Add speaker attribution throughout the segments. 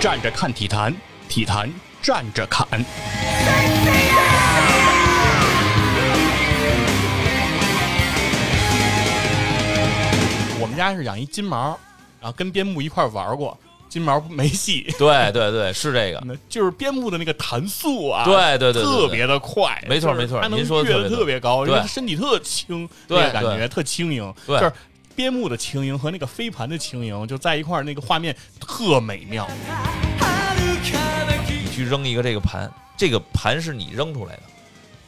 Speaker 1: 站着看体坛，体坛站着侃。我们家是养一金毛，然后跟边牧一块儿玩过，金毛没戏，
Speaker 2: 对对对，是这个，
Speaker 1: 就是边牧的那个弹速啊，
Speaker 2: 对对对对对
Speaker 1: 特别的快，
Speaker 2: 没错
Speaker 1: 就是
Speaker 2: 没错
Speaker 1: 它能
Speaker 2: 您说的
Speaker 1: 跃
Speaker 2: 特
Speaker 1: 得
Speaker 2: 别
Speaker 1: 特别高，因为
Speaker 2: 对
Speaker 1: 它身体特轻，
Speaker 2: 对
Speaker 1: 那个感
Speaker 2: 对
Speaker 1: 觉特轻盈，
Speaker 2: 对
Speaker 1: 就是边牧的轻盈和那个飞盘的轻盈就在一块儿，那个画面特美妙。
Speaker 2: 你去扔一个这个盘，这个盘是你扔出来的。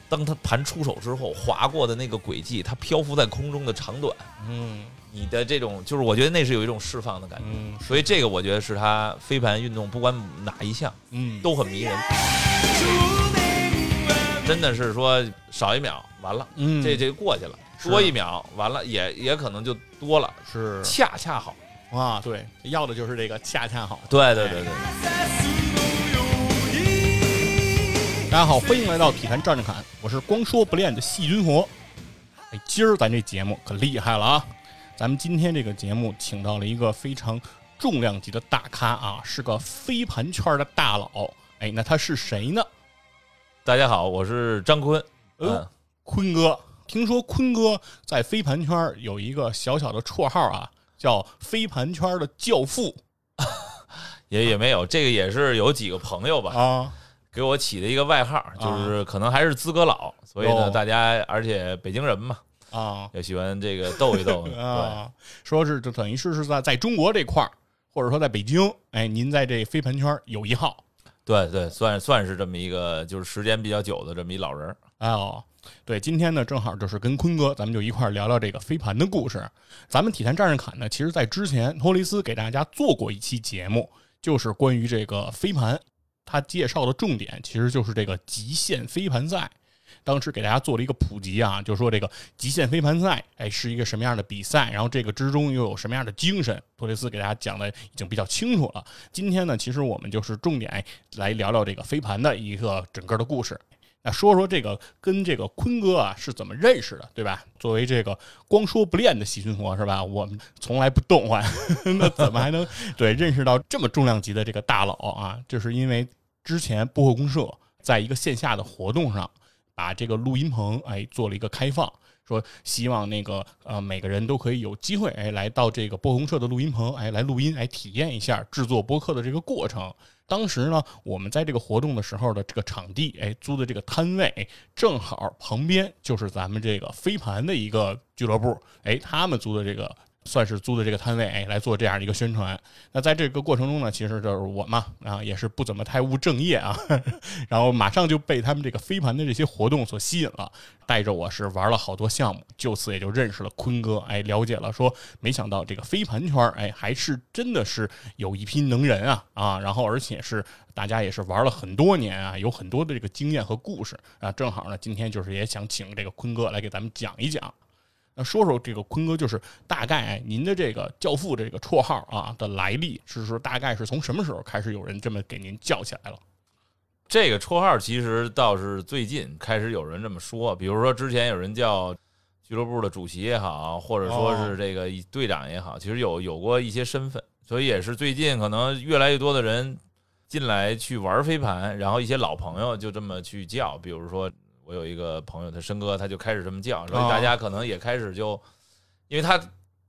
Speaker 2: 当它盘出手之后，划过的那个轨迹，它漂浮在空中的长短，
Speaker 1: 嗯
Speaker 2: 你的这种就是我觉得那是有一种释放的感觉。
Speaker 1: 嗯
Speaker 2: 所以这个我觉得是他飞盘运动不管哪一项
Speaker 1: 嗯，
Speaker 2: 都很迷人，真的是说少一秒完了，
Speaker 1: 嗯
Speaker 2: 这这过去了，
Speaker 1: 是
Speaker 2: 多一秒完了也也可能就多了，
Speaker 1: 是
Speaker 2: 恰恰好。
Speaker 1: 啊，对，要的就是这个恰恰好。
Speaker 2: 对对对对，
Speaker 1: 大家好，欢迎来到体坛转转侃，我是光说不练的细菌活。哎，今儿咱这节目可厉害了啊！咱们今天这个节目请到了一个非常重量级的大咖啊，是个飞盘圈的大佬。哎，那他是谁呢？
Speaker 2: 大家好，我是张坤。
Speaker 1: 哎呦
Speaker 2: 嗯，
Speaker 1: 坤哥。听说坤哥在飞盘圈有一个小小的绰号啊，叫飞盘圈的教父
Speaker 2: 也也没有，这个也是有几个朋友吧，
Speaker 1: 啊。
Speaker 2: 给我起的一个外号，就是可能还是资格佬，所以
Speaker 1: 哦
Speaker 2: 呢，大家而且北京人嘛，
Speaker 1: 啊
Speaker 2: 也喜欢这个斗一斗。对，
Speaker 1: 啊，说是就等于是是在在中国这块儿，或者说在北京，哎，您在这飞盘圈儿有一号，
Speaker 2: 对对，算算是这么一个，就是时间比较久的这么一老人儿。
Speaker 1: 哎呦，对，今天呢正好就是跟坤哥，咱们就一块儿聊聊这个飞盘的故事。咱们体坛战士侃呢，其实在之前托雷斯给大家做过一期节目，就是关于这个飞盘，他介绍的重点其实就是这个极限飞盘赛。当时给大家做了一个普及啊，就说这个极限飞盘赛，哎，是一个什么样的比赛，然后这个之中又有什么样的精神，托雷斯给大家讲的已经比较清楚了。今天呢，其实我们就是重点哎来聊聊这个飞盘的一个整个的故事。那说说这个跟这个坤哥啊是怎么认识的，对吧？作为这个光说不练的细菌活是吧？我们从来不动换， 那怎么还能对认识到这么重量级的这个大佬啊？这是因为之前播客公社在一个线下的活动上，把这个录音棚哎做了一个开放。说希望那个呃每个人都可以有机会哎来到这个播客公社的录音棚哎来录音哎体验一下制作播客的这个过程。当时呢，我们在这个活动的时候的这个场地，哎，租的这个摊位，哎正好旁边就是咱们这个飞盘的一个俱乐部，哎，他们租的这个算是租的这个摊位，哎，来做这样的一个宣传。那在这个哎过程中呢，其实就是我嘛，啊，也是不怎么太务正业啊， 然后马上就被他们这个飞盘的这些活动所吸引了，带着我是玩了好多项目，就此也就认识了坤哥，哎，了解了说，没想到这个飞盘圈儿，哎，还是真的是有一批能人啊啊，然后而且是大家也是玩了很多年啊，有很多的这个经验和故事啊，正好呢，今天就是也想请这个坤哥来给咱们讲一讲。那说说这个坤哥，就是大概哎您的这个“教父”这个绰号啊的来历，是说大概是从什么时候开始有人这么给您叫起来了？
Speaker 2: 这个绰号其实倒是最近开始有人这么说，比如说之前有人叫俱乐部的主席也好，或者说是这个队长也好，其实有有过一些身份，所以也是最近可能越来越多的人进来去玩飞盘，然后一些老朋友就这么去叫，比如说我有一个朋友，他申哥他就开始这么叫，所以
Speaker 1: 哦
Speaker 2: 大家可能也开始就，因为他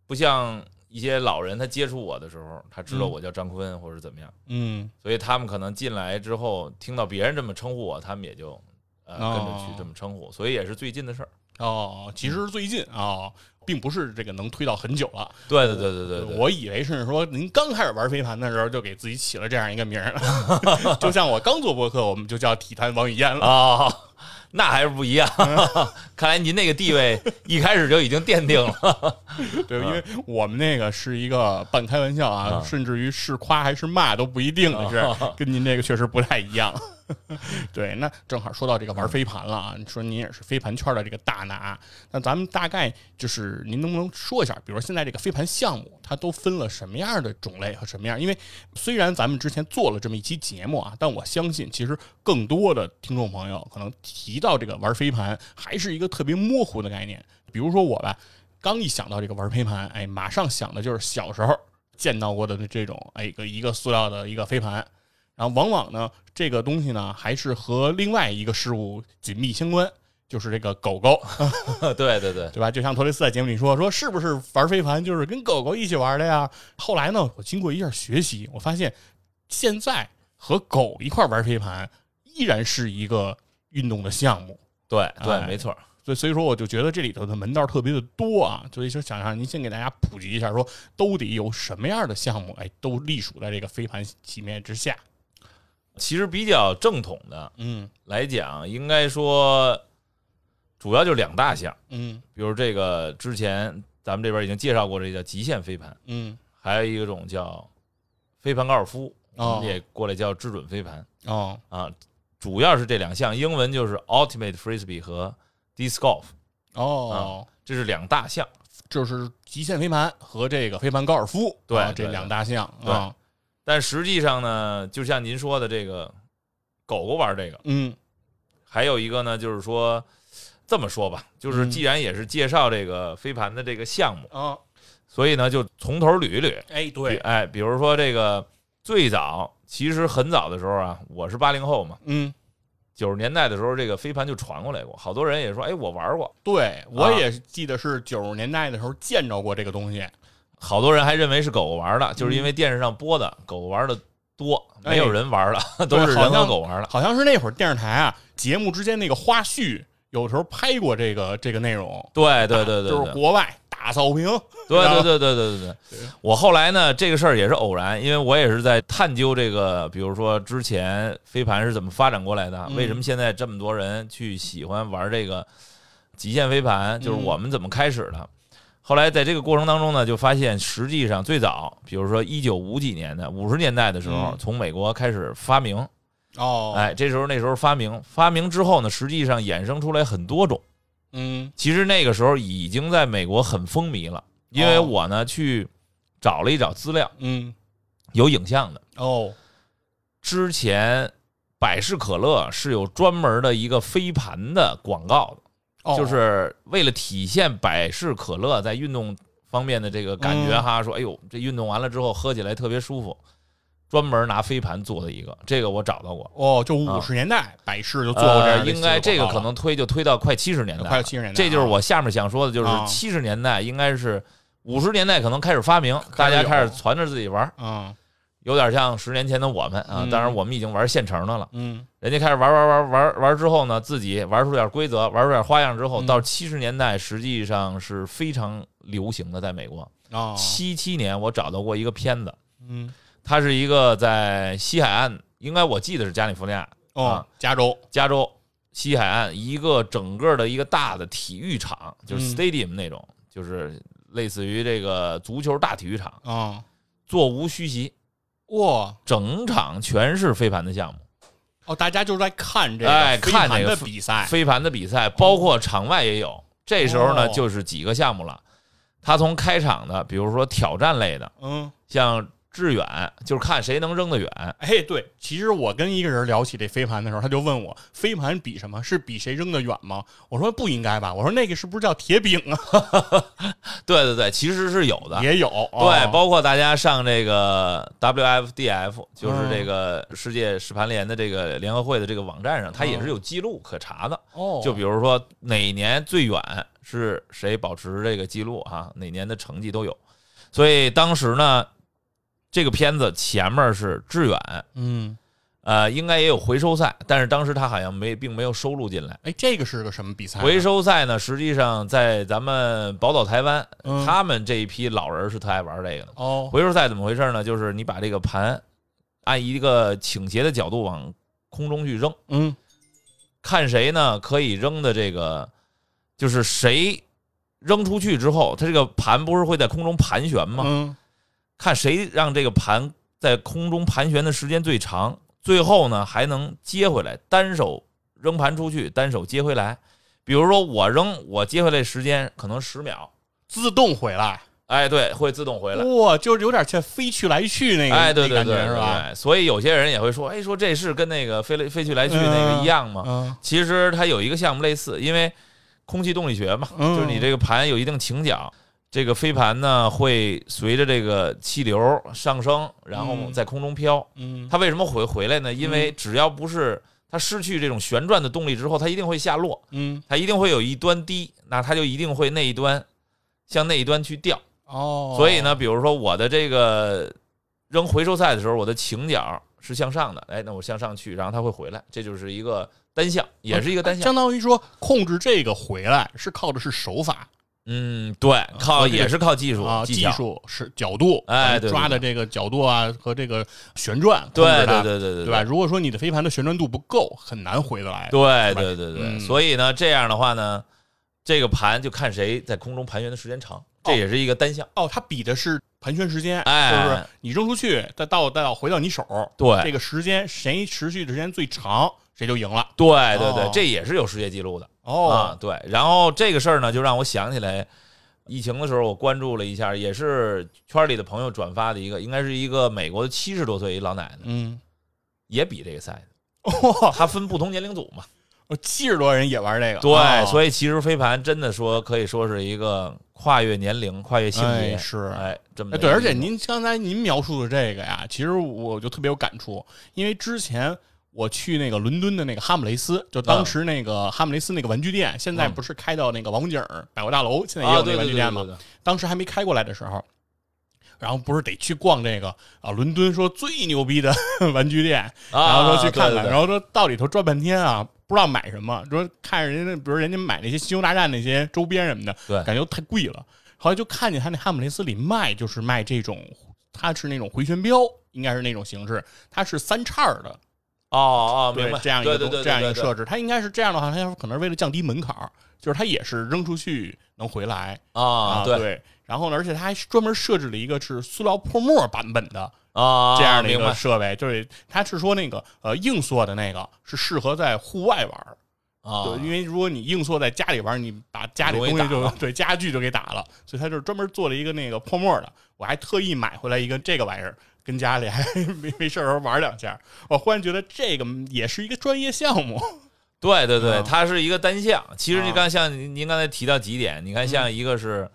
Speaker 2: 不像一些老人，他接触我的时候，他知道
Speaker 1: 嗯
Speaker 2: 我叫张坤或者怎么样。
Speaker 1: 嗯，
Speaker 2: 所以他们可能进来之后听到别人这么称呼我，他们也就呃
Speaker 1: 哦
Speaker 2: 跟着去这么称呼，所以也是最近的事儿。
Speaker 1: 哦，其实最近啊，并不是这个能推到很久了，
Speaker 2: 对对对对对对，
Speaker 1: 我以为是说您刚开始玩飞盘的时候就给自己起了这样一个名儿， 就像我刚做播客，我们就叫体坛王语嫣了。
Speaker 2: 啊、 那还是不一样。 看来您那个地位一开始就已经奠定了。
Speaker 1: 对，因为我们那个是一个半开玩笑啊，甚至于是夸还是骂都不一定的事儿，跟您这个确实不太一样。 对，那正好说到这个玩飞盘了啊，你说您也是飞盘圈的这个大拿，那咱们大概就是您能不能说一下，比如说现在这个飞盘项目它都分了什么样的种类和什么样？因为虽然咱们之前做了这么一期节目啊，但我相信其实更多的听众朋友可能提到这个玩飞盘还是一个特别模糊的概念，比如说我吧，刚一想到这个玩飞盘，哎，马上想的就是小时候，见到过的这种哎一个一个塑料的一个飞盘，然后往往呢这个东西呢还是和另外一个事物紧密相关，就是这个狗狗，
Speaker 2: 对对对，
Speaker 1: 对吧？就像托雷斯在节目里说，说是不是玩飞盘就是跟狗狗一起玩的呀？后来呢，我经过一下学习，我发现现在和狗一块玩飞盘依然是一个运动的项目。
Speaker 2: 对对，
Speaker 1: 哎
Speaker 2: 没错儿，
Speaker 1: 所以所以说，我就觉得这里头的门道特别的多啊，所以就想让您先给大家普及一下，说兜底有什么样的项目，哎，都隶属在这个飞盘旗面之下。
Speaker 2: 其实比较正统的
Speaker 1: 嗯
Speaker 2: 来讲，应该说主要就两大项，
Speaker 1: 嗯
Speaker 2: 比如这个之前咱们这边已经介绍过，这叫极限飞盘，
Speaker 1: 嗯，
Speaker 2: 还有一种叫飞盘高尔夫，
Speaker 1: 哦
Speaker 2: 我们也过来叫制准飞盘
Speaker 1: 哦
Speaker 2: 啊。主要是这两项，英文就是 Ultimate Frisbee 和 Disc Golf，
Speaker 1: 哦，
Speaker 2: 这是两大项。
Speaker 1: 就是极限飞盘和这个飞盘高尔夫，
Speaker 2: 对
Speaker 1: 啊
Speaker 2: 对
Speaker 1: 这两大项
Speaker 2: 对
Speaker 1: 啊，
Speaker 2: 但实际上呢，就像您说的，这个狗狗玩这个，
Speaker 1: 嗯
Speaker 2: 还有一个呢，就是说这么说吧，就是
Speaker 1: 嗯
Speaker 2: 既然也是介绍这个飞盘的这个项目，
Speaker 1: 啊，
Speaker 2: 所以呢，就从头捋一捋。
Speaker 1: 哎
Speaker 2: 比，哎，比如说这个最早，其实很早的时候啊，我是八零后嘛，
Speaker 1: 嗯
Speaker 2: 九十年代的时候，这个飞盘就传过来过，好多人也说，哎，我玩过，
Speaker 1: 对我也记得是九十年代的时候见着过这个东西，
Speaker 2: 好多人还认为是狗狗玩的，就是因为电视上播的狗狗玩的多，
Speaker 1: 嗯哎
Speaker 2: 没有人玩了， 都是
Speaker 1: 好
Speaker 2: 人和
Speaker 1: 像
Speaker 2: 狗玩的。
Speaker 1: 好像是那会儿电视台啊节目之间那个花絮，有时候拍过这个这个内容。
Speaker 2: 对对对
Speaker 1: 啊
Speaker 2: 对
Speaker 1: 就是
Speaker 2: 对
Speaker 1: 国外大扫平，
Speaker 2: 对
Speaker 1: 然后
Speaker 2: 对对对对对对
Speaker 1: 对。
Speaker 2: 我后来呢，这个事儿也是偶然，因为我也是在探究这个，比如说之前飞盘是怎么发展过来的，
Speaker 1: 嗯
Speaker 2: 为什么现在这么多人去喜欢玩这个极限飞盘，就是
Speaker 1: 嗯
Speaker 2: 我们怎么开始的。后来在这个过程当中呢，就发现实际上最早，比如说一九五几年的五十年代的时候
Speaker 1: 嗯，
Speaker 2: 从美国开始发明，
Speaker 1: 哦，
Speaker 2: 哎，这时候那时候发明，发明之后呢，实际上衍生出来很多种。
Speaker 1: 嗯
Speaker 2: 其实那个时候已经在美国很风靡了，因为
Speaker 1: 哦
Speaker 2: 我呢去找了一找资料，
Speaker 1: 嗯，
Speaker 2: 有影像的。
Speaker 1: 哦，
Speaker 2: 之前百事可乐是有专门的一个飞盘的广告的，
Speaker 1: 哦
Speaker 2: 就是为了体现百事可乐在运动方面的这个感觉
Speaker 1: 嗯
Speaker 2: 哈，说哎呦这运动完了之后喝起来特别舒服，专门拿飞盘做的一个，这个我找到过。
Speaker 1: 哦，就五十年代百事就做过这样
Speaker 2: 啊呃
Speaker 1: 的一
Speaker 2: 应
Speaker 1: 次广告了，
Speaker 2: 该这个可能推就推到快七十年代了，
Speaker 1: 快70年代
Speaker 2: 这就是我下面想说的，就是
Speaker 1: 啊
Speaker 2: 七十年代应该是五十年代可能开始发明，大家开始传着自己玩儿，
Speaker 1: 嗯
Speaker 2: 有点像十年前的我们啊
Speaker 1: 嗯。
Speaker 2: 当然我们已经玩现成的了，
Speaker 1: 嗯
Speaker 2: 人家开始玩玩玩玩玩之后呢，自己玩出点规则，玩出点花样之后，
Speaker 1: 嗯
Speaker 2: 到七十年代实际上是非常流行的，在美国。
Speaker 1: 哦
Speaker 2: 七七年我找到过一个片子，
Speaker 1: 嗯
Speaker 2: 它是一个在西海岸，应该我记得是加利福尼亚
Speaker 1: 哦
Speaker 2: 啊，
Speaker 1: 加州
Speaker 2: 加州西海岸一个整个的一个大的体育场，就是
Speaker 1: 嗯
Speaker 2: stadium 那种，就是类似于这个足球大体育场，
Speaker 1: 啊，
Speaker 2: 座无虚席，
Speaker 1: 哇
Speaker 2: 整场全是飞盘的项目，
Speaker 1: 哦，大家就在看这
Speaker 2: 哎
Speaker 1: 个飞
Speaker 2: 看
Speaker 1: 盘
Speaker 2: 这个
Speaker 1: 的
Speaker 2: 飞
Speaker 1: 比赛，
Speaker 2: 飞盘的比赛，包括场外也有。这时候呢，
Speaker 1: 哦
Speaker 2: 就是几个项目了。他从开场的，比如说挑战类的，
Speaker 1: 嗯，
Speaker 2: 像致远，就是看谁能扔得远。
Speaker 1: 哎，对，其实我跟一个人聊起这飞盘的时候，他就问我飞盘比什么？是比谁扔得远吗？我说不应该吧，我说那个是不是叫铁饼啊？
Speaker 2: 对对对，其实是有的。
Speaker 1: 也有，
Speaker 2: 对，
Speaker 1: 哦
Speaker 2: 包括大家上这个 WFDF，就是
Speaker 1: 嗯
Speaker 2: 这个世界实盘联的这个联合会的这个网站上，它也是有记录可查的。
Speaker 1: 哦，
Speaker 2: 就比如说哪年最远是谁保持这个记录啊，哪年的成绩都有。所以当时呢，这个片子前面是致远，
Speaker 1: 嗯，
Speaker 2: 呃，应该也有回收赛，但是当时他好像没并没有收录进来。
Speaker 1: 哎，这个是个什么比赛啊？
Speaker 2: 回收赛呢，实际上在咱们宝岛台湾，
Speaker 1: 嗯
Speaker 2: 他们这一批老人是特爱玩这个的。
Speaker 1: 哦，
Speaker 2: 回收赛怎么回事呢？就是你把这个盘按一个倾斜的角度往空中去扔，
Speaker 1: 嗯，
Speaker 2: 看谁呢可以扔的这个，就是谁扔出去之后，它这个盘不是会在空中盘旋吗？
Speaker 1: 嗯
Speaker 2: 看谁让这个盘在空中盘旋的时间最长，最后呢还能接回来，单手扔盘出去，单手接回来。比如说我扔，我接回来时间可能十秒，
Speaker 1: 自动回来，
Speaker 2: 哎，对，会自动回来。
Speaker 1: 哇，就是有点像飞去来去那个，
Speaker 2: 哎，对
Speaker 1: 那
Speaker 2: 对
Speaker 1: 感
Speaker 2: 对，
Speaker 1: 觉是吧？
Speaker 2: 对所以有些人也会说，哎，说这是跟那个飞来飞去来去那个一样吗？
Speaker 1: 嗯
Speaker 2: 其实它有一个项目类似，因为空气动力学嘛，
Speaker 1: 嗯
Speaker 2: 就是你这个盘有一定倾角，这个飞盘呢会随着这个气流上升，然后
Speaker 1: 嗯
Speaker 2: 在空中飘。
Speaker 1: 嗯，
Speaker 2: 它为什么回回来呢？因为只要不是它失去这种旋转的动力之后，它一定会下落，
Speaker 1: 嗯，
Speaker 2: 它一定会有一端低，那它就一定会那一端向那一端去掉。
Speaker 1: 哦，
Speaker 2: 所以呢，，比如说我的这个扔回收赛的时候，我的倾角是向上的，哎，那我向上去，然后它会回来，这就是一个单向，也是一个单向。
Speaker 1: 相当于说控制这个回来是靠的是手法
Speaker 2: 嗯，对，靠
Speaker 1: 和这个
Speaker 2: 也是靠技术
Speaker 1: 啊，技
Speaker 2: 巧。
Speaker 1: 术是角度，
Speaker 2: 哎对对
Speaker 1: 抓的这个角度啊和这个旋转，
Speaker 2: 对
Speaker 1: 对
Speaker 2: 对对对对
Speaker 1: 对吧？如果说你的飞盘的旋转度不够，很难回得来。
Speaker 2: 对
Speaker 1: 吧
Speaker 2: 对对对，
Speaker 1: 嗯
Speaker 2: 所以呢，这样的话呢，这个盘就看谁在空中盘旋的时间长，这也是一个单项。
Speaker 1: 哦，它比的是盘旋时间，
Speaker 2: 哎
Speaker 1: 就是你扔出去，再到再到回到你手，这
Speaker 2: 对
Speaker 1: 个时间谁持续的时间最长，谁就赢了。
Speaker 2: 对对对
Speaker 1: 哦，
Speaker 2: 这也是有世界纪录的啊
Speaker 1: 哦，。
Speaker 2: 对，然后这个事儿呢，就让我想起来，疫情的时候我关注了一下，也是圈里的朋友转发的一个，应该是一个美国的七十多岁一老奶奶，
Speaker 1: 嗯，
Speaker 2: 也比这个赛的。
Speaker 1: 哇，
Speaker 2: 她分不同年龄组嘛，
Speaker 1: 七十多人也玩这个，啊
Speaker 2: 对，
Speaker 1: 以
Speaker 2: 所以其实飞盘真的说可以说是一个跨越年龄、跨越性别，
Speaker 1: 哎是
Speaker 2: 哎这么
Speaker 1: 哎，
Speaker 2: 的
Speaker 1: 对，
Speaker 2: 一个
Speaker 1: 而且您刚才您描述的这个呀，其实我就特别有感触，因为之前我去那个伦敦的那个哈姆雷斯，就当时那个哈姆雷斯那个玩具店，现在不是开到那个王府井百货大楼，现在也
Speaker 2: 嗯啊，
Speaker 1: 有那
Speaker 2: 对
Speaker 1: 个玩
Speaker 2: 对
Speaker 1: 具
Speaker 2: 对
Speaker 1: 店
Speaker 2: 对
Speaker 1: 嘛，
Speaker 2: 对，
Speaker 1: 当时还没开过来的时候。然后不是得去逛这个啊，伦敦说最牛逼的 玩具店，然
Speaker 2: 然
Speaker 1: 后说去看看，
Speaker 2: 然
Speaker 1: 然后说到里头转半天啊，不知道买什么，说看人家那，比如人家买那些《星球大战》那些周边什么的，
Speaker 2: 对
Speaker 1: 感觉太贵了。后来就看见他那哈姆雷斯里卖，就是卖这种，它是那种回旋镖，应该是那种形式，它是三叉儿的，
Speaker 2: 哦哦，
Speaker 1: 对
Speaker 2: 明白，
Speaker 1: 这样一
Speaker 2: 对
Speaker 1: 个
Speaker 2: 对
Speaker 1: 东
Speaker 2: 对，
Speaker 1: 这样一个
Speaker 2: 对对
Speaker 1: 设置，它应该是这样的话，它要是可能是为了降低门槛儿，就是它也是扔出去能回来
Speaker 2: 啊，
Speaker 1: 对。
Speaker 2: 对
Speaker 1: 然后呢，而且它还专门设置了一个是塑料泡沫版本的，
Speaker 2: 啊，
Speaker 1: 这样的一
Speaker 2: 明
Speaker 1: 个
Speaker 2: 白
Speaker 1: 设备，就是它是说那个呃硬缩的那个是适合在户外玩儿，
Speaker 2: 啊，
Speaker 1: 对，因为如果你硬缩在家里玩儿，你把家里
Speaker 2: 容易
Speaker 1: 东西
Speaker 2: 打
Speaker 1: 就
Speaker 2: 了
Speaker 1: 对家具就给打了，所以它就是专门做了一个那个泡沫的，我还特意买回来一个这个玩意儿。跟家里还 没没事儿时候玩两下，我忽然觉得这个也是一个专业项目。
Speaker 2: 对对对，
Speaker 1: 嗯
Speaker 2: 它是一个单项。其实
Speaker 1: 啊嗯
Speaker 2: 你刚像您您刚才提到几点，你看像一个是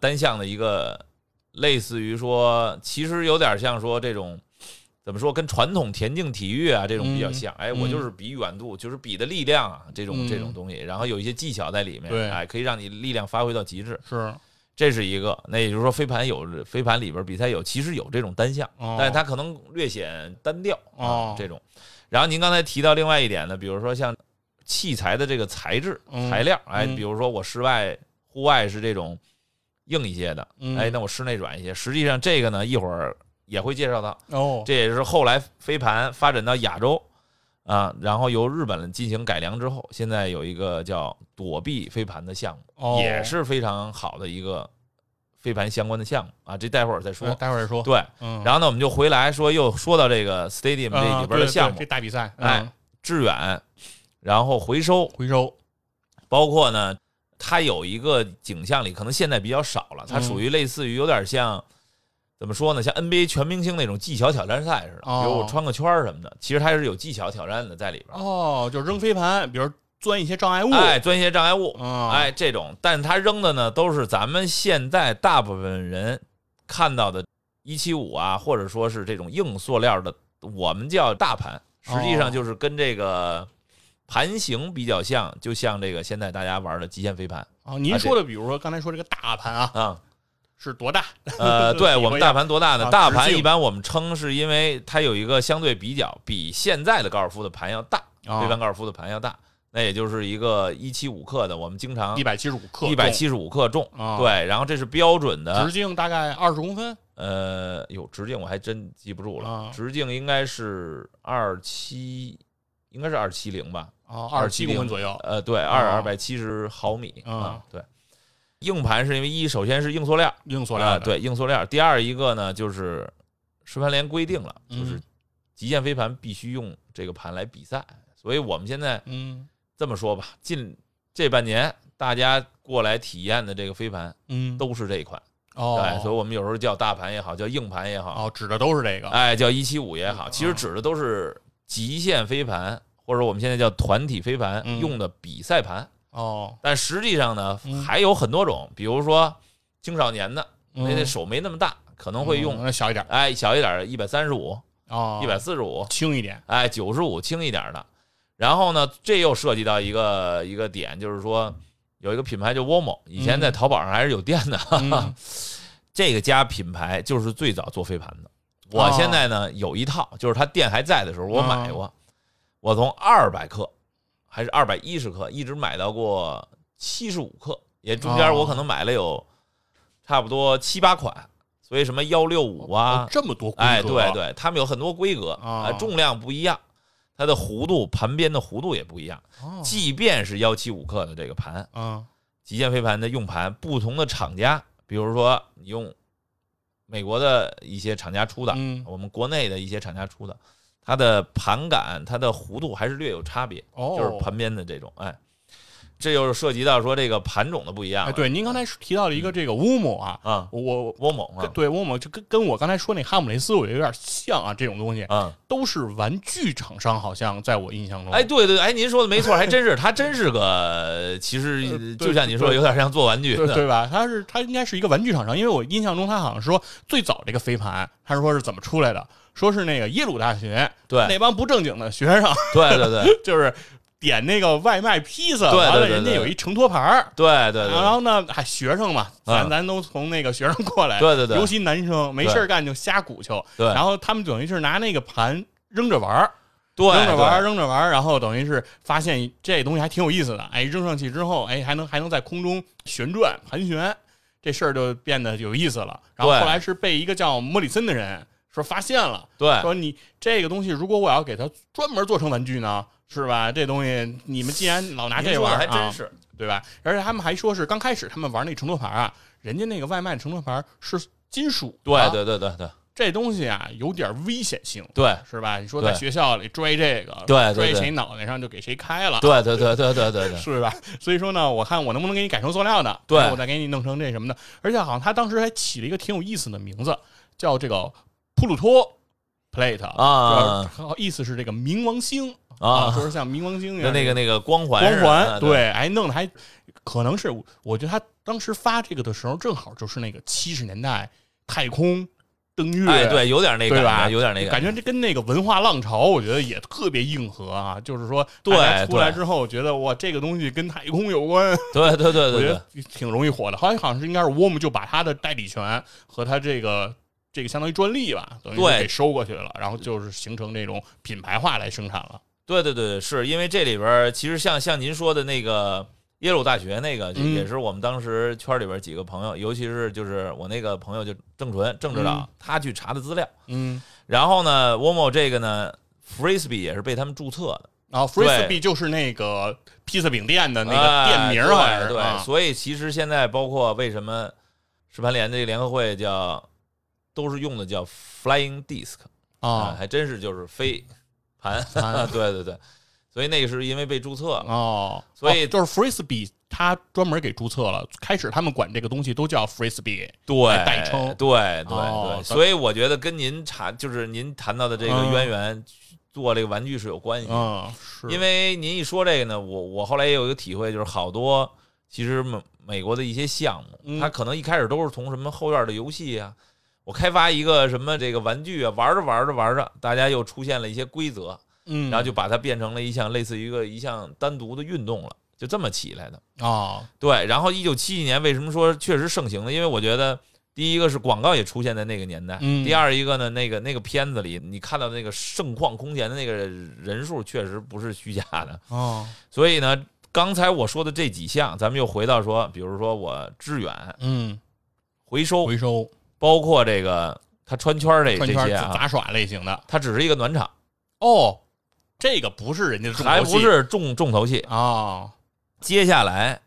Speaker 2: 单项的一个，类似于说，其实有点像说这种。怎么说？跟传统田径体育啊这种比较
Speaker 1: 嗯
Speaker 2: 像，哎，我
Speaker 1: 嗯
Speaker 2: 就是比远度，就是比的力量啊，这种这种
Speaker 1: 嗯
Speaker 2: 东西，然后有一些技巧在里面，
Speaker 1: 对
Speaker 2: 哎，可以让你力量发挥到极致，
Speaker 1: 是，
Speaker 2: 这是一个。那也就是说，飞盘有飞盘里边比赛有，其实有这种单项，
Speaker 1: 哦
Speaker 2: 但是它可能略显单调啊、
Speaker 1: 哦
Speaker 2: 这种。然后您刚才提到另外一点呢，比如说像器材的这个材质、
Speaker 1: 嗯
Speaker 2: 材料，哎，
Speaker 1: 嗯
Speaker 2: 比如说我室外、户外是这种硬一些的，
Speaker 1: 嗯
Speaker 2: 哎，那我室内软一些。实际上这个呢，一会儿也会介绍到，
Speaker 1: 哦，
Speaker 2: 这也是后来飞盘发展到亚洲。啊，然后由日本进行改良之后，现在有一个叫躲避飞盘的项目，
Speaker 1: 哦
Speaker 2: 也是非常好的一个飞盘相关的项目啊，这待会儿再
Speaker 1: 呃
Speaker 2: 说。
Speaker 1: 待会儿再说。
Speaker 2: 对，
Speaker 1: 嗯，
Speaker 2: 然后呢，我们就回来说，又说到这个 stadium
Speaker 1: 啊
Speaker 2: 这里
Speaker 1: 对
Speaker 2: 边
Speaker 1: 对
Speaker 2: 的项目
Speaker 1: 这大比赛，
Speaker 2: 哎
Speaker 1: 嗯，
Speaker 2: 致远，然后回收，
Speaker 1: 回收，
Speaker 2: 包括呢，它有一个景象里可能现在比较少了，它
Speaker 1: 嗯
Speaker 2: 属于类似于有点像怎么说呢，像 NBA 全明星那种技巧挑战赛似的，
Speaker 1: 哦
Speaker 2: 比如我穿个圈儿什么的，其实它是有技巧挑战的在里边，
Speaker 1: 哦，就是扔飞盘，比如钻一些障碍物，
Speaker 2: 哎，钻一些障碍物，
Speaker 1: 啊，
Speaker 2: 哎，这种，但是他扔的呢，都是咱们现在大部分人看到的一七五啊，或者说是这种硬塑料的，我们叫大盘，实际
Speaker 1: 哦
Speaker 2: 上就是跟这个盘型比较像，就像这个现在大家玩的极限飞盘
Speaker 1: 啊，
Speaker 2: 啊
Speaker 1: 您
Speaker 2: 这
Speaker 1: 说的，比如说刚才说这个大盘啊，
Speaker 2: 啊，
Speaker 1: 是多大？
Speaker 2: 呃，对我们大盘多大呢？
Speaker 1: 啊
Speaker 2: 大盘
Speaker 1: 直径
Speaker 2: 一般我们称是因为它有一个相对比较，比现在的高尔夫的盘要大，
Speaker 1: 啊
Speaker 2: 飞盘高尔夫的盘要大，那也就是一个一七五克的，我们经常
Speaker 1: 一百七十五克，
Speaker 2: 一百，七十五克重，
Speaker 1: 啊
Speaker 2: 对，然后这是标准的
Speaker 1: 直径大概二十公分，
Speaker 2: 呃，有直径我还真记不住了，
Speaker 1: 啊
Speaker 2: 直径应该是二七，应该是二七零吧？
Speaker 1: 啊，二十七公分左右，
Speaker 2: 呃，对，二
Speaker 1: 哦
Speaker 2: 二百七十毫米
Speaker 1: 啊
Speaker 2: 啊，对。硬盘是因为一，首先是硬塑料，
Speaker 1: 硬塑
Speaker 2: 啊
Speaker 1: 料的，
Speaker 2: 对，硬塑料。第二一个呢，就是实盘联规定了，就是
Speaker 1: 嗯
Speaker 2: 极限飞盘必须用这个盘来比赛，所以我们现在
Speaker 1: 嗯
Speaker 2: 这么说吧，近这半年大家过来体验的这个飞盘
Speaker 1: 嗯，
Speaker 2: 都是这一款，对，所以
Speaker 1: 哦，
Speaker 2: 我们有时候叫大盘也好，叫硬盘也好，
Speaker 1: 哦，指的都是这个，
Speaker 2: 哎，叫一七五也好，其实指的都是极限飞盘，或者我们现在叫团体飞盘
Speaker 1: 嗯
Speaker 2: 用的比赛盘。
Speaker 1: 哦，
Speaker 2: 但实际上呢
Speaker 1: 嗯，
Speaker 2: 还有很多种，比如说青少年的，
Speaker 1: 嗯
Speaker 2: 那那手没那么大，可能
Speaker 1: 嗯
Speaker 2: 会用，
Speaker 1: 那小一点
Speaker 2: 哎，小一点一百三十五、
Speaker 1: 啊，
Speaker 2: 一百四十五，
Speaker 1: 轻一点，
Speaker 2: 哎，九十五轻一点的。然后呢，这又涉及到一个一个点，就是说有一个品牌叫 WOMO，以前在淘宝上还是有店的。哈哈
Speaker 1: 嗯。
Speaker 2: 这个家品牌就是最早做飞盘的。我
Speaker 1: 哦
Speaker 2: 现在呢有一套，就是它店还在的时候我买过，我从二百克还是二百一十克，一直买到过七十五克，也中间
Speaker 1: 哦
Speaker 2: 我可能买了有差不多七八款，所以什么幺六五啊
Speaker 1: 哦，这么多规格，啊
Speaker 2: 哎，对，对，他们有很多规格，
Speaker 1: 哦
Speaker 2: 啊，重量不一样，它的弧度盘边的弧度也不一样。
Speaker 1: 哦
Speaker 2: 即便是幺七五克的这个盘，
Speaker 1: 啊，
Speaker 2: 极限飞盘的用盘，不同的厂家，比如说你用美国的一些厂家 出的，哦
Speaker 1: 嗯，
Speaker 2: 我们国内的一些厂家出的，它的盘感、它的弧度还是略有差别，
Speaker 1: 哦，
Speaker 2: 就是盘边的这种，哎，这就是涉及到说这个盘种的不一样了。
Speaker 1: 哎，对，您刚
Speaker 2: 嗯
Speaker 1: 才提到了一个这个乌姆啊，
Speaker 2: 啊，
Speaker 1: 我我
Speaker 2: 窝猛
Speaker 1: 跟
Speaker 2: 啊，
Speaker 1: 对乌姆就跟跟我刚才说那哈姆雷斯，我觉得有点像啊，这种东西
Speaker 2: 啊，
Speaker 1: 都是玩具厂商，好像在我印象中，
Speaker 2: 哎，，对对，哎，您说的没错，还真是，它真是个，其实
Speaker 1: 呃对
Speaker 2: 就像你说，
Speaker 1: 对
Speaker 2: 有点像做玩具
Speaker 1: 对
Speaker 2: 的，
Speaker 1: 对吧？他是他应该是一个玩具厂商，因为我印象中他好像说最早这个飞盘，他说是怎么出来的？说是那个耶鲁大学
Speaker 2: 对
Speaker 1: 那帮不正经的学生，
Speaker 2: 对对对
Speaker 1: 就是点那个外卖披萨，
Speaker 2: 对对
Speaker 1: 完了
Speaker 2: 对
Speaker 1: 人家
Speaker 2: 对
Speaker 1: 有一承托牌儿。
Speaker 2: 对对对
Speaker 1: 然后呢，还学生嘛，咱
Speaker 2: 嗯
Speaker 1: 咱都从那个学生过来，
Speaker 2: 对对对
Speaker 1: 尤其男生没
Speaker 2: 对
Speaker 1: 事儿干就瞎鼓球，
Speaker 2: 对
Speaker 1: 然后他们等于是拿那个盘扔着玩儿，
Speaker 2: 对，
Speaker 1: 扔着玩儿，
Speaker 2: 对，
Speaker 1: 扔着玩儿，然后等于是发现这东西还挺有意思的，哎，扔上去之后，哎，还能还能在空中旋转盘旋，这事儿就变得有意思了。然后
Speaker 2: 对
Speaker 1: 后来是被一个叫莫里森的人说发现了，
Speaker 2: 对
Speaker 1: 说你这个东西如果我要给它专门做成玩具呢，是吧？这东西你们既然老拿
Speaker 2: 您
Speaker 1: 这
Speaker 2: 说的
Speaker 1: 玩儿
Speaker 2: 还
Speaker 1: 啊
Speaker 2: 真，是，
Speaker 1: 对吧？而且他们还说是刚开始他们玩那承诺牌啊，人家那个外卖承诺牌是金属的，
Speaker 2: 对对对对对
Speaker 1: 这东西啊有点危险性。
Speaker 2: 对
Speaker 1: 是吧？你说在
Speaker 2: 对
Speaker 1: 学校里追这个，
Speaker 2: 对对
Speaker 1: 追
Speaker 2: 对
Speaker 1: 谁脑袋上就给谁开了，
Speaker 2: 对对对对对对对，
Speaker 1: 是吧？ 所以说呢，我看我能不能给你改成塑料的，
Speaker 2: 对
Speaker 1: 然后我再给你弄成这什么的。而且好像他当时还起了一个挺有意思的名字，叫这个普鲁托 plate
Speaker 2: 啊，
Speaker 1: 就是意思是这个冥王星
Speaker 2: 啊
Speaker 1: 说是像冥王星一
Speaker 2: 跟
Speaker 1: 样
Speaker 2: 那个那个光环
Speaker 1: 光
Speaker 2: 似的
Speaker 1: 环，
Speaker 2: 啊对
Speaker 1: 对，哎，弄的还可能是，我觉得他当时发这个的时候，正好就是那个七十年代太空登月，
Speaker 2: 哎对，有点那
Speaker 1: 对
Speaker 2: 感
Speaker 1: 吧
Speaker 2: 觉，有点那
Speaker 1: 感
Speaker 2: 觉，
Speaker 1: 觉这跟那个文化浪潮，我觉得也特别硬核啊。就是说，
Speaker 2: 对
Speaker 1: 大家出来
Speaker 2: 对
Speaker 1: 之后，觉得哇，这个东西跟太空有关，
Speaker 2: 对对对
Speaker 1: 我
Speaker 2: 对
Speaker 1: 觉
Speaker 2: 对
Speaker 1: 得挺容易火的。后来好像是应该是 w o m 就把他的代理权和他这个这个相当于专利吧，等于是
Speaker 2: 对
Speaker 1: 给收过去了，然后就是形成这种品牌化来生产了。
Speaker 2: 对对对，是因为这里边儿其实像像您说的那个。耶鲁大学那个就
Speaker 1: 嗯
Speaker 2: 也是我们当时圈里边几个朋友，尤其是就是我那个朋友就郑纯郑指导，他去查的资料，
Speaker 1: 嗯，
Speaker 2: 然后呢，WOMO 这个呢，Frisbee 也是被他们注册的
Speaker 1: 然后
Speaker 2: 对
Speaker 1: Frisbee 就是那个披萨饼店的那个店
Speaker 2: 哎
Speaker 1: 名儿，好像是
Speaker 2: 对对，
Speaker 1: 啊
Speaker 2: 所以其实现在包括为什么石盘联这个联合会叫都是用的叫 Flying Disc 啊，
Speaker 1: 啊
Speaker 2: 还真是就是飞盘，
Speaker 1: 盘
Speaker 2: 对对对，所以那个是因为被注册了，
Speaker 1: 哦，
Speaker 2: 所以
Speaker 1: 哦就是 Frisbee，他专门给注册了。开始他们管这个东西都叫 Frisbee，
Speaker 2: 对
Speaker 1: 还代称
Speaker 2: 对对
Speaker 1: 哦
Speaker 2: 对，所以我觉得跟您查就是您谈到的这个
Speaker 1: 嗯
Speaker 2: 渊源做这个玩具是有关系的，
Speaker 1: 嗯，是
Speaker 2: 因为您一说这个呢，我我后来也有一个体会，就是好多其实美美国的一些项目，
Speaker 1: 嗯
Speaker 2: 它可能一开始都是从什么后院的游戏啊，我开发一个什么这个玩具啊，玩着玩着玩着，大家又出现了一些规则，
Speaker 1: 嗯，
Speaker 2: 然后就把它变成了一项类似于一个一项单独的运动了，就这么起来的。
Speaker 1: 哦，
Speaker 2: 对，然后一九七一年为什么说确实盛行呢？因为我觉得。第一个是广告也出现在那个年代，
Speaker 1: 嗯
Speaker 2: 第二一个呢，那个那个片子里你看到那个盛况空前的那个人数，确实不是虚假的。
Speaker 1: 哦，
Speaker 2: 所以呢，刚才我说的这几项，咱们又回到说，比如说我致远、
Speaker 1: 嗯，
Speaker 2: 回收，
Speaker 1: 回收
Speaker 2: 包括这个它穿圈儿这
Speaker 1: 转
Speaker 2: 这
Speaker 1: 圈儿
Speaker 2: 些啊，
Speaker 1: 杂耍类型的
Speaker 2: 它只是一个暖场，
Speaker 1: 哦，这个不是人家的重头
Speaker 2: 还不
Speaker 1: 戏
Speaker 2: 是重重头戏。
Speaker 1: 哦，
Speaker 2: 接下来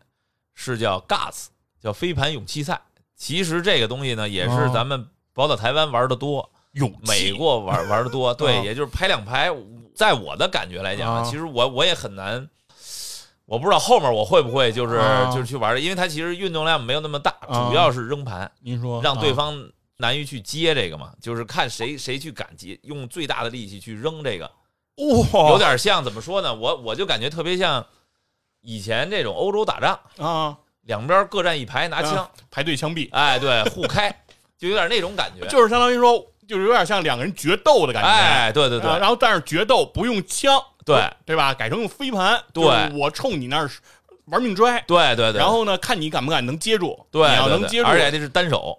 Speaker 2: 是叫 GUTS，叫飞盘勇气赛。其实这个东西呢，也是
Speaker 1: 哦
Speaker 2: 咱们宝岛台湾玩的多，
Speaker 1: 勇
Speaker 2: 美
Speaker 1: 气
Speaker 2: 国玩玩 的多，对，
Speaker 1: 哦
Speaker 2: 也就是拍两拍。在我的感觉来讲啊，
Speaker 1: 哦
Speaker 2: 其实我我也很难，我不知道后面我会不会就是
Speaker 1: 哦
Speaker 2: 就是去玩，因为它其实运动量没有那么大，
Speaker 1: 哦
Speaker 2: 主要是扔盘，
Speaker 1: 您说
Speaker 2: 让对
Speaker 1: 啊
Speaker 2: 方难于去接这个嘛，就是看谁谁去敢接，用最大的力气去扔这个，
Speaker 1: 哇
Speaker 2: 有点像怎么说呢？我我就感觉特别像以前这种欧洲打仗，
Speaker 1: 啊，
Speaker 2: 两边各站一排拿枪，
Speaker 1: 排队枪毙，
Speaker 2: 哎，对，互开，就有点那种感觉，
Speaker 1: 就是相当于说，就是有点像两个人决斗的感觉。
Speaker 2: 哎，对对
Speaker 1: 啊
Speaker 2: 对
Speaker 1: 然后但是决斗不用枪，
Speaker 2: 对
Speaker 1: 对吧？改成用飞盘，
Speaker 2: 对
Speaker 1: 就是我冲你那儿玩命拽，
Speaker 2: 对对对，
Speaker 1: 然后呢，看你敢不敢能接住，
Speaker 2: 对
Speaker 1: 你要
Speaker 2: 对
Speaker 1: 能
Speaker 2: 对
Speaker 1: 接住，
Speaker 2: 而且这是单手，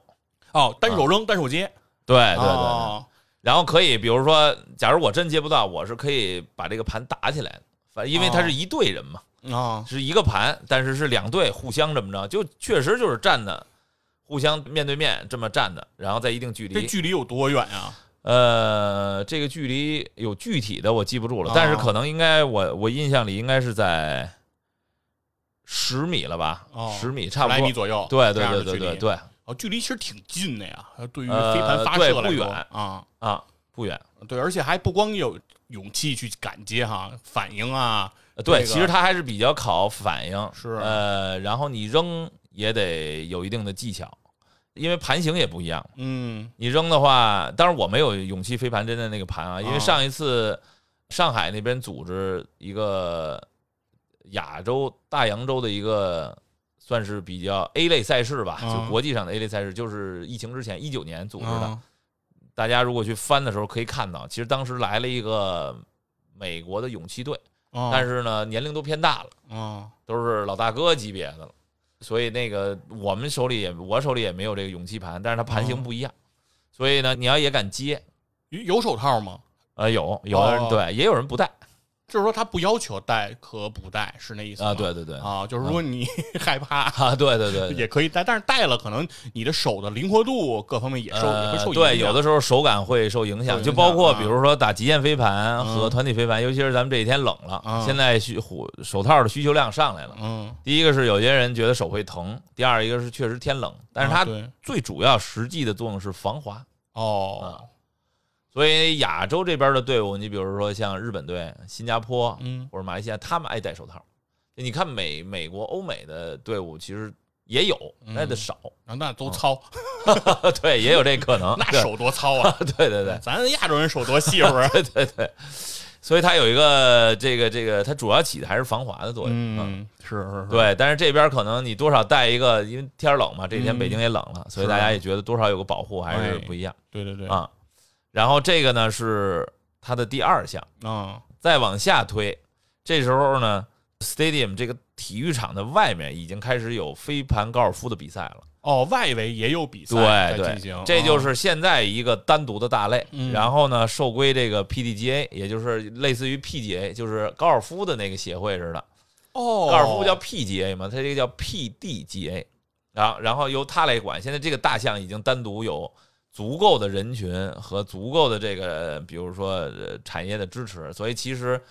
Speaker 1: 哦，单手扔，单手接，
Speaker 2: 对哎对对对，
Speaker 1: 哦
Speaker 2: 然后可以比如说，假如我真接不到，我是可以把这个盘打起来的，反正因为它
Speaker 1: 哦
Speaker 2: 是一队人嘛，
Speaker 1: 啊，
Speaker 2: 是一个盘，但是是两队互相这么着，就确实就是站的，互相面对面这么站的，然后在一定距
Speaker 1: 这
Speaker 2: 离。
Speaker 1: 距离有多远啊？
Speaker 2: 呃，这个距离有具体的我记不住了
Speaker 1: 哦，
Speaker 2: 但是可能应该我我印象里应该是在十米了吧
Speaker 1: 哦，
Speaker 2: 十米差
Speaker 1: 十
Speaker 2: 不
Speaker 1: 来
Speaker 2: 多
Speaker 1: 米。左右，
Speaker 2: 对
Speaker 1: 这
Speaker 2: 对
Speaker 1: 样
Speaker 2: 对
Speaker 1: 的
Speaker 2: 对
Speaker 1: 距离
Speaker 2: 对对
Speaker 1: 哦，距离其实挺近的呀，对于
Speaker 2: 呃
Speaker 1: 飞盘发射来
Speaker 2: 对不
Speaker 1: 说
Speaker 2: 远
Speaker 1: 啊，
Speaker 2: 啊，不远。
Speaker 1: 对，而且还不光有勇气去敢接哈，反应啊，
Speaker 2: 呃
Speaker 1: 这
Speaker 2: 对，
Speaker 1: 个
Speaker 2: 其实它还是比较考反应，
Speaker 1: 是
Speaker 2: 呃，然后你扔也得有一定的技巧，因为盘型也不一样。
Speaker 1: 嗯，
Speaker 2: 你扔的话，当然我没有勇气飞盘真的那个盘啊，因
Speaker 1: 啊
Speaker 2: 为上一次上海那边组织一个亚洲大洋洲的一个算是比较 A 类赛事吧，
Speaker 1: 啊
Speaker 2: 就国际上的 A 类赛事，就是疫情之前一九年组织的
Speaker 1: 啊。
Speaker 2: 大家如果去翻的时候可以看到，其实当时来了一个美国的勇气队，
Speaker 1: 啊
Speaker 2: 但是呢年龄都偏大了，
Speaker 1: 啊，
Speaker 2: 都是老大哥级别的了。所以那个我们手里也我手里也没有这个勇气盘，但是它盘
Speaker 1: 哦
Speaker 2: 型不一样，所以呢，你要也敢接，
Speaker 1: 有有手套吗？
Speaker 2: 呃，有有的人、
Speaker 1: 哦
Speaker 2: 对，也有人不戴
Speaker 1: 就是说他不要求戴和不戴是那意思吗
Speaker 2: 啊，对对对啊
Speaker 1: 啊，就是如果你 害怕。
Speaker 2: 对对对，
Speaker 1: 也可以戴，但是戴了可能你的手的灵活度各方面也受、也会
Speaker 2: 呃
Speaker 1: 受影响。
Speaker 2: 对，有的时候手感会受影
Speaker 1: 受
Speaker 2: 响，
Speaker 1: 影
Speaker 2: 就包括
Speaker 1: 响啊嗯
Speaker 2: 比如说打极限飞盘和团体飞盘，尤其是咱们这几天冷
Speaker 1: 啊
Speaker 2: 了，现在需虎手套的需求量上来了。
Speaker 1: 嗯，
Speaker 2: 第一个是有些人觉得手会疼，第二一个是确实天冷，但是
Speaker 1: 啊
Speaker 2: 它
Speaker 1: 对
Speaker 2: 最主要实际的作用是防滑。
Speaker 1: 哦，
Speaker 2: 啊所以亚洲这边的队伍，你比如说像日本队、新加坡
Speaker 1: 嗯
Speaker 2: 或者马来西亚，他们爱戴手套。你看美美国、欧美的队伍其实也有，那的少，
Speaker 1: 啊那都糙，
Speaker 2: 对，也有这可能。
Speaker 1: 那
Speaker 2: 嗯对，
Speaker 1: 手多糙啊！
Speaker 2: 对 对对
Speaker 1: 咱亚洲人手多细 乎啊！
Speaker 2: 对对对，所以它有一个这个这个，它主要起的还是防滑的作用。，啊
Speaker 1: 嗯，是是是，
Speaker 2: 对。但是这边可能你多少带一个，因为天儿冷嘛，这几天
Speaker 1: 嗯
Speaker 2: 北京也冷了，所以
Speaker 1: 是
Speaker 2: 大家也觉得多少有个保护还是
Speaker 1: 哎
Speaker 2: 不一样
Speaker 1: 对对对
Speaker 2: 啊。然后这个呢是它的第二项。
Speaker 1: 啊，
Speaker 2: 再往下推，这时候呢，stadium 这个体育场的外面已经开始有飞盘高尔夫的比赛了。
Speaker 1: 哦，外围也有比赛
Speaker 2: 对
Speaker 1: 在进
Speaker 2: 对
Speaker 1: 行，，
Speaker 2: 这就
Speaker 1: 啊
Speaker 2: 是现在一个单独的大类。
Speaker 1: 嗯
Speaker 2: 然后呢，受归这个 PDGA，也就是类似于 PGA，就是高尔夫的那个协会似的。
Speaker 1: 哦，
Speaker 2: 高尔夫叫 PGA 嘛，它这个叫 PDGA。然后，啊然后由它来管。现在这个大项已经单独有足够的人群和足够的这个，比如说、呃、产业的支持。所以，其实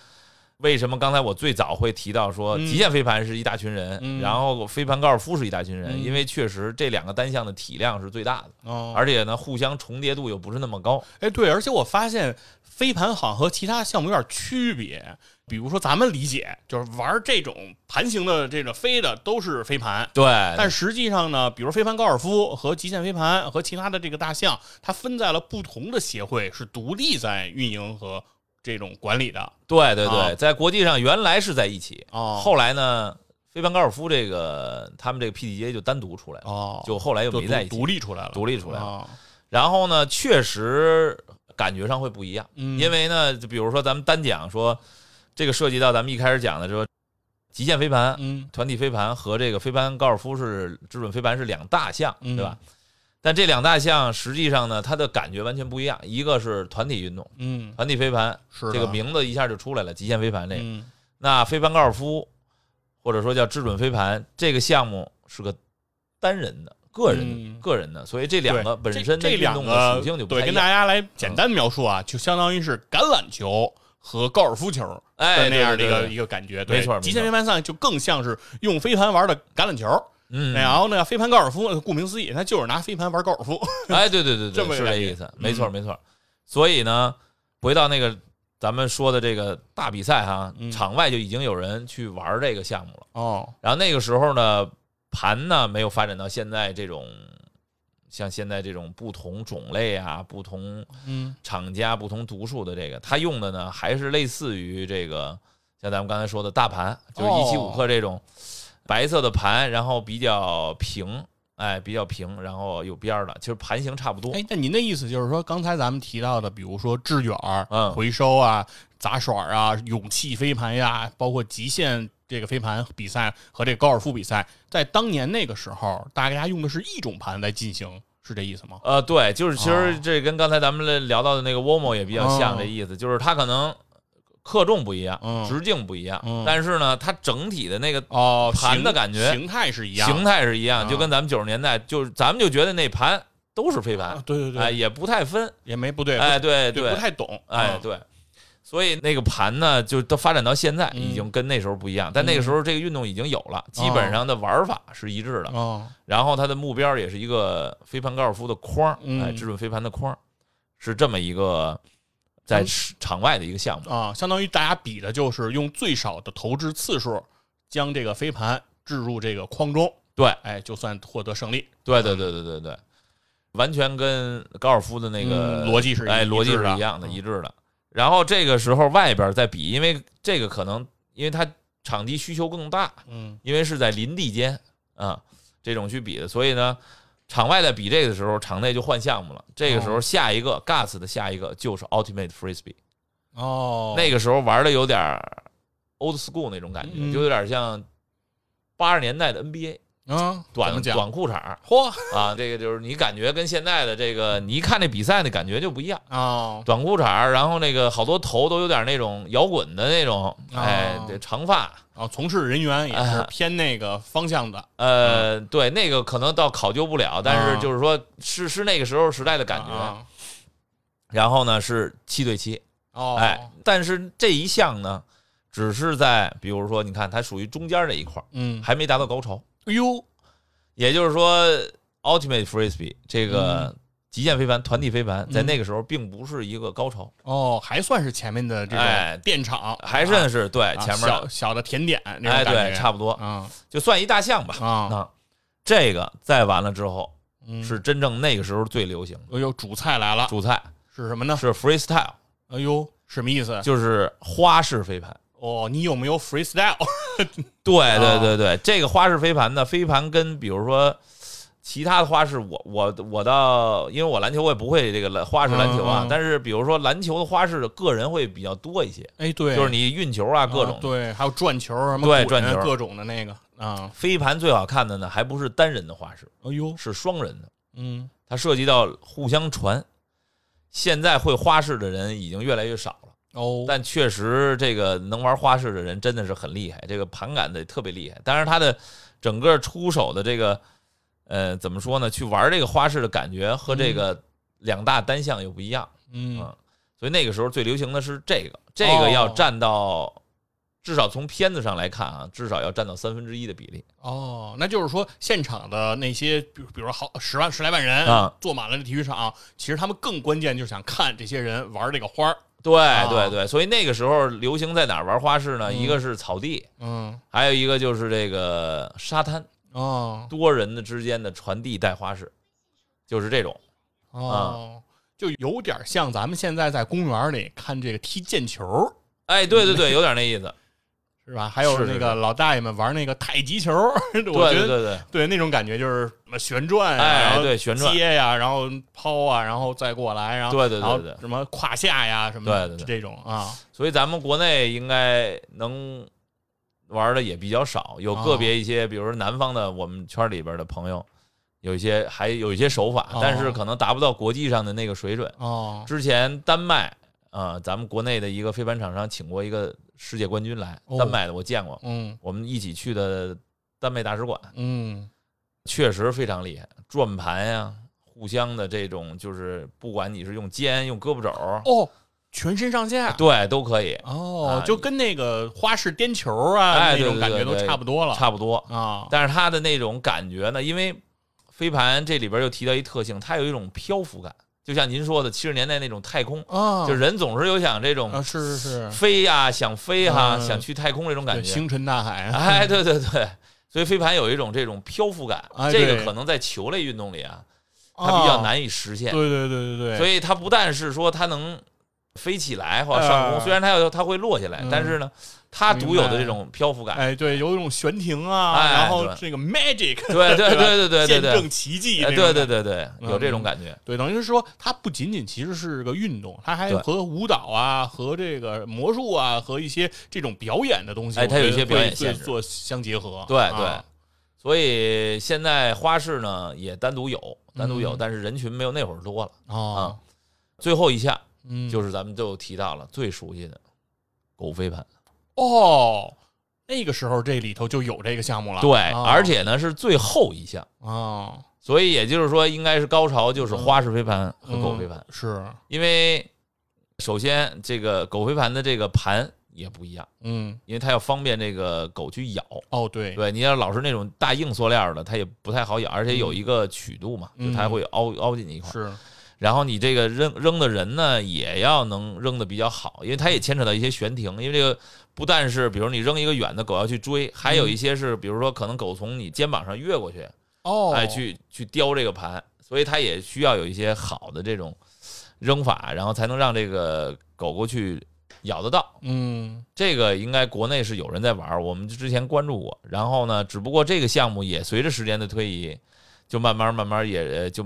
Speaker 2: 为什么刚才我最早会提到说，
Speaker 1: 嗯
Speaker 2: 极限飞盘是一大群人，
Speaker 1: 嗯
Speaker 2: 然后飞盘高尔夫是一大群人，
Speaker 1: 嗯
Speaker 2: 因为确实这两个单项的体量是最大的，
Speaker 1: 哦，
Speaker 2: 而且呢，互相重叠度又不是那么高。
Speaker 1: 哎，对，而且我发现飞盘好像和其他项目有点区别。比如说，咱们理解就是玩这种盘形的这个飞的都是飞盘，
Speaker 2: 对，
Speaker 1: 但实际上呢，比如飞盘高尔夫和极限飞盘和其他的这个大项，它分在了不同的协会，是独立在运营和这种管理的。
Speaker 2: 对对
Speaker 1: 啊
Speaker 2: 对，在国际上原来是在一起，
Speaker 1: 哦
Speaker 2: 后来呢，飞盘高尔夫这个他们这个 PDGA 就单独出来了，
Speaker 1: 哦，
Speaker 2: 就后来又
Speaker 1: 就
Speaker 2: 没在一
Speaker 1: 独
Speaker 2: 起，
Speaker 1: 独立出来了，
Speaker 2: 独立出来了
Speaker 1: 啊
Speaker 2: 然后呢，确实感觉上会不一样，
Speaker 1: 嗯
Speaker 2: 因为呢，就比如说咱们单讲说，这个涉及到咱们一开始讲的说，极限飞盘、
Speaker 1: 嗯
Speaker 2: 团体飞盘和这个飞盘高尔夫是制准飞盘是两大项，
Speaker 1: 嗯
Speaker 2: 对吧？但这两大项实际上呢，它的感觉完全不一样，一个是团体运动，
Speaker 1: 嗯，
Speaker 2: 团体飞盘
Speaker 1: 是的
Speaker 2: 这个名字一下就出来了，极限飞盘这个。
Speaker 1: 嗯
Speaker 2: 那飞盘高尔夫，或者说叫制准飞盘，这个项目是个单人的、个人的、
Speaker 1: 嗯
Speaker 2: 个人的，所以这两个
Speaker 1: 对
Speaker 2: 本身
Speaker 1: 这这
Speaker 2: 的运
Speaker 1: 两
Speaker 2: 动
Speaker 1: 个
Speaker 2: 的属性就不
Speaker 1: 对，
Speaker 2: 太
Speaker 1: 跟
Speaker 2: 一
Speaker 1: 大
Speaker 2: 样。嗯
Speaker 1: 家来简单描述啊，就相当于是橄榄球和高尔夫球
Speaker 2: 哎，
Speaker 1: 的那
Speaker 2: 对
Speaker 1: 样的一个、
Speaker 2: 对对
Speaker 1: 一个感觉。对
Speaker 2: 没错没错
Speaker 1: 极限飞盘赛就更像是用飞盘玩的橄榄球，
Speaker 2: 嗯，
Speaker 1: 然后呢，飞盘高尔夫，呃顾名思义，它就是拿飞盘玩高尔夫。
Speaker 2: 哎，对对对
Speaker 1: 这
Speaker 2: 对，
Speaker 1: 么一
Speaker 2: 是
Speaker 1: 个嗯
Speaker 2: 这
Speaker 1: 感觉
Speaker 2: 意思，没错没错。所以呢，回到那个咱们说的这个大比赛哈
Speaker 1: 嗯，
Speaker 2: 场外就已经有人去玩这个项目了。
Speaker 1: 哦，
Speaker 2: 然后那个时候呢，盘呢没有发展到现在这种，像现在这种不同种类啊、不同
Speaker 1: 嗯
Speaker 2: 厂家不同读数的这个，它用的呢还是类似于这个像咱们刚才说的大盘，就是
Speaker 1: 哦
Speaker 2: 一七五克这种，白色的盘，然后比较平，哎，比较平，然后有边儿的，其实盘型差不多。
Speaker 1: 哎，那您的意思就是说，刚才咱们提到的，比如说致远儿、
Speaker 2: 嗯
Speaker 1: 回收啊、杂耍儿啊、勇气飞盘呀、包括极限这个飞盘比赛和这个高尔夫比赛，在当年那个时候，大家用的是一种盘来进行，是这意思吗？
Speaker 2: 呃，对，就是其
Speaker 1: 哦
Speaker 2: 实这跟刚才咱们聊到的那个 WOMO 也比较像
Speaker 1: 哦
Speaker 2: 这意思，就是它可能克重不一样
Speaker 1: 嗯，
Speaker 2: 直径不一样
Speaker 1: 嗯，
Speaker 2: 但是呢，它整体的那个
Speaker 1: 哦，
Speaker 2: 盘
Speaker 1: 形
Speaker 2: 的感觉
Speaker 1: 形态是一样的，
Speaker 2: 形态是一
Speaker 1: 啊
Speaker 2: 样，就跟咱们九十年代，就是咱们就觉得那盘都是飞
Speaker 1: 啊
Speaker 2: 盘，
Speaker 1: 对对对，
Speaker 2: 哎，也不太分，
Speaker 1: 也没不对，
Speaker 2: 哎，对
Speaker 1: 对，不太懂，
Speaker 2: 哎
Speaker 1: 嗯，
Speaker 2: 对。所以那个盘呢，就都发展到现在，
Speaker 1: 嗯
Speaker 2: 已经跟那时候不一样。但那个时候这个运动已经有了，基本上的玩法是一致的，
Speaker 1: 哦，
Speaker 2: 然后它的目标也是一个飞盘高尔夫的框儿，
Speaker 1: 嗯
Speaker 2: 哎，制准飞盘的框儿，是这么一个在
Speaker 1: 嗯
Speaker 2: 市场外的一个项目。
Speaker 1: 啊，相当于大家比的就是用最少的投掷次数将这个飞盘置入这个框中，
Speaker 2: 对
Speaker 1: 哎，就算获得胜利。
Speaker 2: 对对对对对对，完全跟高尔夫的那个
Speaker 1: 嗯逻辑是一
Speaker 2: 哎
Speaker 1: 一
Speaker 2: 逻辑
Speaker 1: 致
Speaker 2: 是
Speaker 1: 的
Speaker 2: 一样的，
Speaker 1: 嗯
Speaker 2: 一致的。然后这个时候外边再比，因为这个可能因为它场地需求更大，
Speaker 1: 嗯，
Speaker 2: 因为是在林地间啊这种去比的，所以呢，场外在比这个的时候，场内就换项目了。这个时候下一个 Guts 的下一个就是 Ultimate Frisbee，
Speaker 1: 哦，
Speaker 2: 那个时候玩的有点儿 old school 那种感觉，
Speaker 1: 嗯
Speaker 2: 就有点像八十年代的 NBA
Speaker 1: 啊，怎
Speaker 2: 短
Speaker 1: 么讲，
Speaker 2: 短裤衩儿
Speaker 1: 嚯
Speaker 2: 啊，这个就是你感觉跟现在的这个，你一看这比赛的感觉就不一样。
Speaker 1: 哦，
Speaker 2: 短裤衩儿，然后那个好多头都有点那种摇滚的那种，哎
Speaker 1: 哦，
Speaker 2: 对长发，
Speaker 1: 啊，从事人员也是
Speaker 2: 哎
Speaker 1: 偏那个方向的
Speaker 2: 呃，对，那个可能倒考究不了，但
Speaker 1: 啊
Speaker 2: 是就是说是是那个时候时代的感觉。
Speaker 1: 啊
Speaker 2: 然后呢是七对七，
Speaker 1: 哦，
Speaker 2: 哎，但是这一项呢，只是在比如说你看它属于中间这一块儿，
Speaker 1: 嗯，
Speaker 2: 还没达到高潮。
Speaker 1: 哎呦，
Speaker 2: 也就是说，Ultimate Frisbee 这
Speaker 1: 嗯
Speaker 2: 个极限飞盘、团体飞盘，在那个时候并不是一个高潮，
Speaker 1: 哦，还算是前面的这
Speaker 2: 哎
Speaker 1: 种电场，
Speaker 2: 还
Speaker 1: 是
Speaker 2: 算是对前面
Speaker 1: 啊小
Speaker 2: 的，
Speaker 1: 小的甜点那
Speaker 2: 哎，
Speaker 1: 种感
Speaker 2: 对，
Speaker 1: 觉，
Speaker 2: 差不多，
Speaker 1: 啊
Speaker 2: 就算一大项吧。
Speaker 1: 啊，
Speaker 2: 那这个再完了之后，
Speaker 1: 嗯
Speaker 2: 是真正那个时候最流行的
Speaker 1: 哎呦，主菜来了，
Speaker 2: 主菜
Speaker 1: 是什么呢？
Speaker 2: 是 freestyle。
Speaker 1: 哎呦，什么意思？
Speaker 2: 就是花式飞盘。
Speaker 1: 哦，你有没有 freestyle？
Speaker 2: 对
Speaker 1: 啊
Speaker 2: 对对对，这个花式飞盘呢，飞盘跟比如说其他的花式，我我我到，因为我篮球我也不会这个篮花式篮球啊
Speaker 1: 嗯嗯，
Speaker 2: 但是比如说篮球的花式，个人会比较多一些，
Speaker 1: 哎，对，
Speaker 2: 就是你运球啊
Speaker 1: 啊
Speaker 2: 各种。
Speaker 1: 对，还有转球什么
Speaker 2: 对
Speaker 1: 滚
Speaker 2: 转
Speaker 1: 啊
Speaker 2: 球
Speaker 1: 各种的那个啊，
Speaker 2: 飞盘最好看的呢，还不是单人的花式，
Speaker 1: 哎呦，
Speaker 2: 是双人的，
Speaker 1: 嗯，
Speaker 2: 它涉及到互相传。现在会花式的人已经越来越少了，
Speaker 1: 哦，
Speaker 2: 但确实这个能玩花式的人真的是很厉害，这个盘感得特别厉害。当然，他的整个出手的这个，呃，怎么说呢？去玩这个花式的感觉和这个两大单项又不一样，
Speaker 1: 嗯
Speaker 2: 啊所以那个时候最流行的是这个，这个要
Speaker 1: 哦
Speaker 2: 占到。至少从片子上来看啊，至少要占到三分之一的比例。
Speaker 1: 哦，那就是说现场的那些，比如比如说好十万十来万人
Speaker 2: 啊
Speaker 1: 坐满了这体育场，其实他们更关键就是想看这些人玩这个花儿，
Speaker 2: 对
Speaker 1: 哦
Speaker 2: 对对，所以那个时候流行在哪儿玩花式呢？
Speaker 1: 嗯
Speaker 2: 一个是草地，
Speaker 1: 嗯，
Speaker 2: 还有一个就是这个沙滩，
Speaker 1: 哦
Speaker 2: 多人的之间的传递带花式，就是这种。啊
Speaker 1: 哦。就有点像咱们现在在公园里看这个踢毽球，
Speaker 2: 哎，对对对，有点那意思。
Speaker 1: 是吧？还有
Speaker 2: 是是
Speaker 1: 那个
Speaker 2: 是
Speaker 1: 老大爷们玩那个太极球， 我
Speaker 2: 对
Speaker 1: 觉得
Speaker 2: 对对对，
Speaker 1: 对那种感觉就是什么旋转啊，然
Speaker 2: 哎
Speaker 1: 后
Speaker 2: 对旋转，
Speaker 1: 接呀、然后抛啊，然后再过来，然后
Speaker 2: 对对对
Speaker 1: 然后
Speaker 2: 对
Speaker 1: 什么胯下呀，什么
Speaker 2: 对对对
Speaker 1: 这种啊，
Speaker 2: 所以咱们国内应该能玩的也比较少，有
Speaker 1: 哦
Speaker 2: 个别一些，比如说南方的我们圈里边的朋友，有一些还有一些手法
Speaker 1: 哦，
Speaker 2: 但是可能达不到国际上的那个水准。
Speaker 1: 哦
Speaker 2: 之前丹麦啊、呃咱们国内的一个飞盘厂商请过一个世界冠军来
Speaker 1: 哦，
Speaker 2: 丹麦的我见过，
Speaker 1: 嗯
Speaker 2: 我们一起去的丹麦大使馆，
Speaker 1: 嗯
Speaker 2: 确实非常厉害，转盘呀、互相的这种就是，不管你是用肩、用胳膊肘儿，
Speaker 1: 哦，全身上下
Speaker 2: 对，都可以，
Speaker 1: 哦，
Speaker 2: 啊
Speaker 1: 就跟那个花式颠球啊、
Speaker 2: 哎
Speaker 1: 那种
Speaker 2: 对对
Speaker 1: 感觉
Speaker 2: 对
Speaker 1: 都
Speaker 2: 对
Speaker 1: 差不多了
Speaker 2: 差不多。
Speaker 1: 啊
Speaker 2: 但是它的那种感觉呢，因为飞盘这里边又提到一特性，它有一种漂浮感，就像您说的，七十年代那种太空，
Speaker 1: 啊，
Speaker 2: 就人总是有想这
Speaker 1: 啊
Speaker 2: 种
Speaker 1: 是是是，
Speaker 2: 飞呀、想飞哈、
Speaker 1: 嗯
Speaker 2: 想去太空这种感
Speaker 1: 对
Speaker 2: 觉。
Speaker 1: 星辰大海啊，
Speaker 2: 哎，对对对，所以飞盘有一种这种漂浮感
Speaker 1: 哎，
Speaker 2: 这个
Speaker 1: 对
Speaker 2: 可能在球类运动里啊，它比较
Speaker 1: 啊，
Speaker 2: 难以实现
Speaker 1: 对。对对对对，
Speaker 2: 所
Speaker 1: 以
Speaker 2: 以它不但是说它能飞起来或者上空，
Speaker 1: 哎
Speaker 2: 虽然它要它会落下来
Speaker 1: 嗯，
Speaker 2: 但是呢，它独有
Speaker 1: 明
Speaker 2: 的
Speaker 1: 白
Speaker 2: 这种漂浮 感，
Speaker 1: 哎，对，有一种悬停啊，
Speaker 2: 哎
Speaker 1: 然后
Speaker 2: 对
Speaker 1: 这个 magic，对吧
Speaker 2: 对对对对对对
Speaker 1: 见
Speaker 2: 对
Speaker 1: 证奇迹这
Speaker 2: 哎，
Speaker 1: 种感觉，
Speaker 2: 对对对对，
Speaker 1: 嗯
Speaker 2: 有这种感觉，
Speaker 1: 对，等于是说，它不仅仅其实是个运动，它还
Speaker 2: 对
Speaker 1: 和舞蹈啊、和这个魔术啊、和一些这种表演的东西，
Speaker 2: 哎
Speaker 1: 我觉
Speaker 2: 它有一
Speaker 1: 得
Speaker 2: 些表
Speaker 1: 会
Speaker 2: 演
Speaker 1: 做
Speaker 2: 限制
Speaker 1: 做相结合。
Speaker 2: 对对
Speaker 1: 啊，。
Speaker 2: 所以现在花市呢也单独有，单独有，
Speaker 1: 嗯
Speaker 2: 但是人群没有那会儿多了。
Speaker 1: 哦，
Speaker 2: 最后一项
Speaker 1: 嗯，
Speaker 2: 嗯就是咱们就提到了最熟悉的狗飞盘，
Speaker 1: 哦，那个时候这里头就有这个项目了。
Speaker 2: 对，
Speaker 1: 啊
Speaker 2: 而且呢是最后一项，
Speaker 1: 哦，
Speaker 2: 所以也就是说，应该是高潮就是花式飞盘和狗飞盘，
Speaker 1: 嗯是，
Speaker 2: 因为首先这个狗飞盘的这个盘也不一样，
Speaker 1: 嗯，
Speaker 2: 因为它要方便这个狗去咬。
Speaker 1: 哦，对，
Speaker 2: 对，你要老是那种大硬塑料的，它也不太好咬，而且有一个曲度嘛，
Speaker 1: 嗯
Speaker 2: 就它会凹凹进去一块儿。
Speaker 1: 是，
Speaker 2: 然后你这个扔扔的人呢，也要能扔的比较好，因为它也牵扯到一些悬停，因为这个不但是比如你扔一个远的狗要去追，还
Speaker 1: 嗯
Speaker 2: 有一些是比如说可能狗从你肩膀上越过去，
Speaker 1: 哦，
Speaker 2: 哎，去去叼这个盘，所以它也需要有一些好的这种扔法，然后才能让这个狗狗去咬得到。
Speaker 1: 嗯，
Speaker 2: 这个应该国内是有人在玩儿，我们之前关注过。然后呢，只不过这个项目也随着时间的推移，就慢慢慢慢也呃就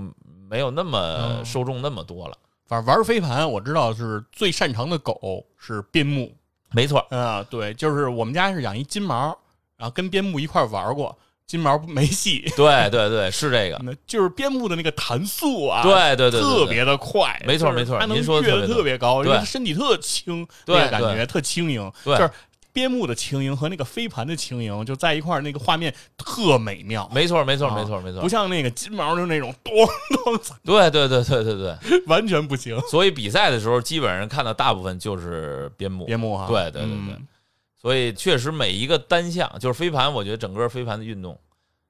Speaker 2: 没有那么
Speaker 1: 嗯
Speaker 2: 受众那么多了。
Speaker 1: 反正玩飞盘，我知道是最擅长的狗是边牧，
Speaker 2: 没错，
Speaker 1: 啊，对，就是我们家是养一金毛，然后跟边牧一块儿玩过，金毛没戏，
Speaker 2: 对对对，是这个，
Speaker 1: 那就是边牧的那个弹速啊，
Speaker 2: 对对对，
Speaker 1: 嗯
Speaker 2: 对
Speaker 1: 特。
Speaker 2: 对
Speaker 1: 别的快，
Speaker 2: 没错
Speaker 1: 就是
Speaker 2: 没错
Speaker 1: 它能
Speaker 2: 您说的
Speaker 1: 跃
Speaker 2: 特
Speaker 1: 得
Speaker 2: 别
Speaker 1: 特别高，因为
Speaker 2: 对
Speaker 1: 它身体特轻，
Speaker 2: 对
Speaker 1: 那个感
Speaker 2: 对
Speaker 1: 觉特轻盈，就
Speaker 2: 对
Speaker 1: 是边牧的轻盈和那个飞盘的轻盈就在一块儿，那个画面特美妙。
Speaker 2: 没错，没错，
Speaker 1: 啊
Speaker 2: 没错，没错
Speaker 1: 不，像那个金毛就那种咚咚，
Speaker 2: 对对对对对对，
Speaker 1: 完全不行。
Speaker 2: 所以比赛的时候，基本上看到大部分就是边牧，
Speaker 1: 边牧啊，
Speaker 2: 对对对对
Speaker 1: 嗯
Speaker 2: 所以确实每一个单项，就是飞盘，我觉得整个飞盘的运动，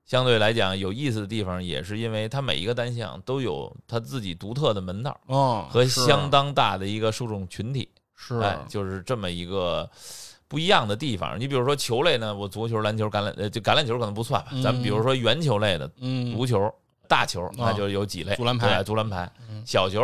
Speaker 2: 相对来讲有意思的地方，也是因为它每一个单项都有它自己独特的门道
Speaker 1: 哦，
Speaker 2: 和
Speaker 1: 是
Speaker 2: 相当大的一个受众群体，
Speaker 1: 是啊
Speaker 2: 哎，就是这么一个不一样的地方。你比如说球类呢，我足球、篮球、橄榄，呃，就橄榄球可能不算吧，咱们比如说圆球类的，
Speaker 1: 嗯，啊
Speaker 2: 足球、大球，那就有几类，
Speaker 1: 足篮排
Speaker 2: 对足篮排
Speaker 1: 嗯，
Speaker 2: 小球。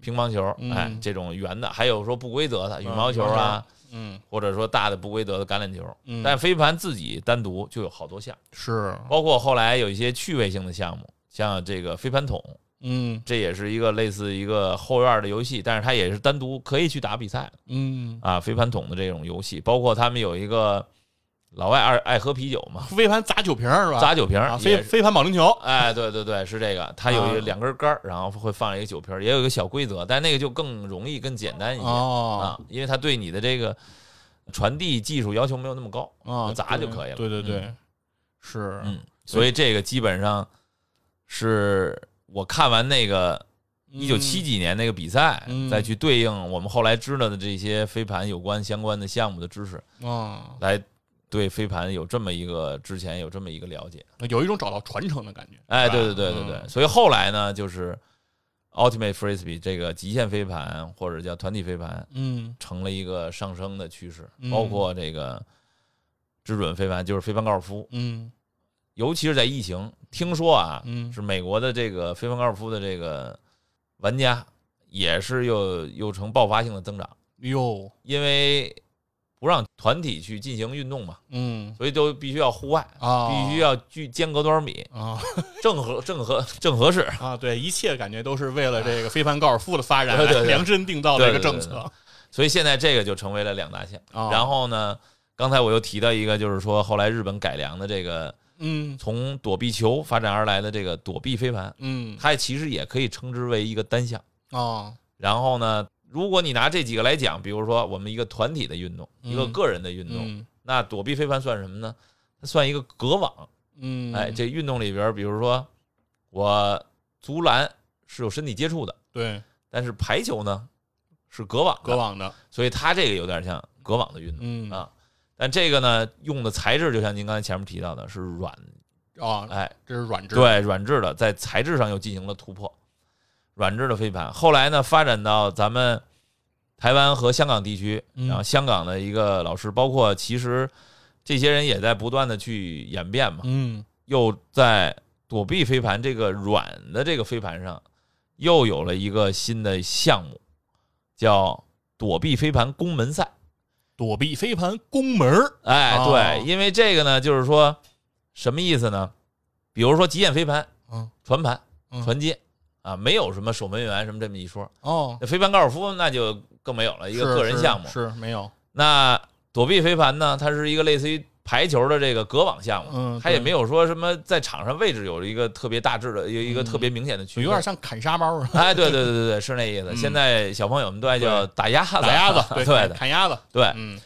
Speaker 2: 乒乓球，哎
Speaker 1: 嗯，
Speaker 2: 这种圆的，还有说不规则的羽
Speaker 1: 嗯
Speaker 2: 毛球
Speaker 1: 羽毛
Speaker 2: 啊，
Speaker 1: 嗯
Speaker 2: 或者说大的不规则的橄榄球，
Speaker 1: 嗯，
Speaker 2: 但飞盘自己单独就有好多项，
Speaker 1: 是
Speaker 2: 包括后来有一些趣味性的项目，像这个飞盘桶，
Speaker 1: 嗯
Speaker 2: 这也是一个类似一个后院的游戏，但是它也是单独可以去打比赛的
Speaker 1: 嗯，
Speaker 2: 啊。飞盘桶的这种游戏，包括他们有一个老外爱爱喝啤酒嘛，
Speaker 1: 飞盘砸酒瓶儿是吧？
Speaker 2: 砸酒瓶儿
Speaker 1: 啊，
Speaker 2: 也
Speaker 1: 飞
Speaker 2: 是。
Speaker 1: 飞盘保龄球，
Speaker 2: 哎，对对对，是这个，它有一个
Speaker 1: 啊
Speaker 2: 两根杆儿，然后会放一个酒瓶儿，也有一个小规则，但那个就更容易、更简单一些
Speaker 1: 哦
Speaker 2: 啊，因为它对你的这个传递技术要求没有那么高。
Speaker 1: 啊，
Speaker 2: 砸就
Speaker 1: 对
Speaker 2: 可以了
Speaker 1: 对对对
Speaker 2: 嗯，
Speaker 1: 是，
Speaker 2: 嗯，所以这个基本上是我看完那个一九七几年那个比赛，
Speaker 1: 嗯
Speaker 2: 再去对应我们后来知道的这些飞盘有关相关的项目的知识，
Speaker 1: 啊，
Speaker 2: 来对飞盘有这么一个之前有这么一个了解。
Speaker 1: 有一种找到传承的感觉。
Speaker 2: 哎，
Speaker 1: 是吧
Speaker 2: 对对对对
Speaker 1: 嗯
Speaker 2: 对，，所以后来呢，就是 Ultimate Frisbee 这个极限飞盘或者叫团体飞盘，
Speaker 1: 嗯
Speaker 2: 成了一个上升的趋势
Speaker 1: 嗯，
Speaker 2: 包括这个支准飞盘，就是飞盘高尔夫，
Speaker 1: 嗯
Speaker 2: 尤其是在疫情，听说啊，
Speaker 1: 嗯
Speaker 2: 是美国的这个飞盘高尔夫的这个玩家也是又又呈爆发性的增长，
Speaker 1: 嗯，哟，
Speaker 2: 因为不让团体去进行运动嘛，
Speaker 1: 嗯
Speaker 2: 所以都必须要户外，
Speaker 1: 啊，
Speaker 2: 必须要距间隔多少米，
Speaker 1: 啊
Speaker 2: 正合正合正合适。
Speaker 1: 啊，对，一切感觉都是为了这个飞盘高尔夫的发展
Speaker 2: 哎对对对
Speaker 1: 量身定造的一个
Speaker 2: 对
Speaker 1: 政
Speaker 2: 对对
Speaker 1: 策。
Speaker 2: 所以现在这个就成为了两大项。
Speaker 1: 啊
Speaker 2: 然后呢，刚才我又提到一个，就是说后来日本改良的这个
Speaker 1: 嗯
Speaker 2: 从躲避球发展而来的这个躲避飞盘，
Speaker 1: 嗯
Speaker 2: 它其实也可以称之为一个单项。
Speaker 1: 啊
Speaker 2: 然后呢，如果你拿这几个来讲，比如说我们一个团体的运动，
Speaker 1: 嗯
Speaker 2: 一个个人的运动，
Speaker 1: 嗯
Speaker 2: 那躲避飞盘算什么呢？它算一个隔网。
Speaker 1: 嗯，
Speaker 2: 哎，这运动里边，比如说我足篮是有身体接触的，
Speaker 1: 对
Speaker 2: 但是排球呢是隔网的，
Speaker 1: 隔网的，
Speaker 2: 所以它这个有点像隔网的运动、
Speaker 1: 嗯
Speaker 2: 啊。但这个呢，用的材质就像您刚才前面提到的，是软，
Speaker 1: 啊，
Speaker 2: 哎，
Speaker 1: 这是软质，
Speaker 2: 对，软质的，在材质上又进行了突破，软质的飞盘。后来呢，发展到咱们台湾和香港地区，
Speaker 1: 嗯
Speaker 2: 然后香港的一个老师，包括其实这些人也在不断的去演变嘛，
Speaker 1: 嗯
Speaker 2: 又在躲避飞盘这个软的这个飞盘上，又有了一个新的项目，叫躲避飞盘攻门赛。
Speaker 1: 躲避飞盘攻门儿
Speaker 2: 哎，
Speaker 1: 哦
Speaker 2: 对，因为这个呢，就是说什么意思呢？比如说极限飞盘、
Speaker 1: 嗯，
Speaker 2: 传盘
Speaker 1: 嗯、
Speaker 2: 传接啊，没有什么守门员什么这么一说。
Speaker 1: 哦，
Speaker 2: 那飞盘高尔夫那就更没有了，一个
Speaker 1: 是
Speaker 2: 个人
Speaker 1: 是
Speaker 2: 项目。啊
Speaker 1: 是没有，
Speaker 2: 那躲避飞盘呢，它是一个类似于排球的这个隔网项目，
Speaker 1: 嗯
Speaker 2: 它也
Speaker 1: 对
Speaker 2: 没有说什么在场上位置有一个特别大致的，有一个
Speaker 1: 嗯
Speaker 2: 特别明显的区
Speaker 1: 有
Speaker 2: 分。
Speaker 1: 点像砍沙包 似的，
Speaker 2: 哎，对对对对对，是那意思。
Speaker 1: 嗯
Speaker 2: 现在小朋友们都爱叫打鸭子，
Speaker 1: 打鸭 子，
Speaker 2: 对
Speaker 1: 砍
Speaker 2: 的，哎
Speaker 1: 砍鸭子，
Speaker 2: 对。
Speaker 1: 嗯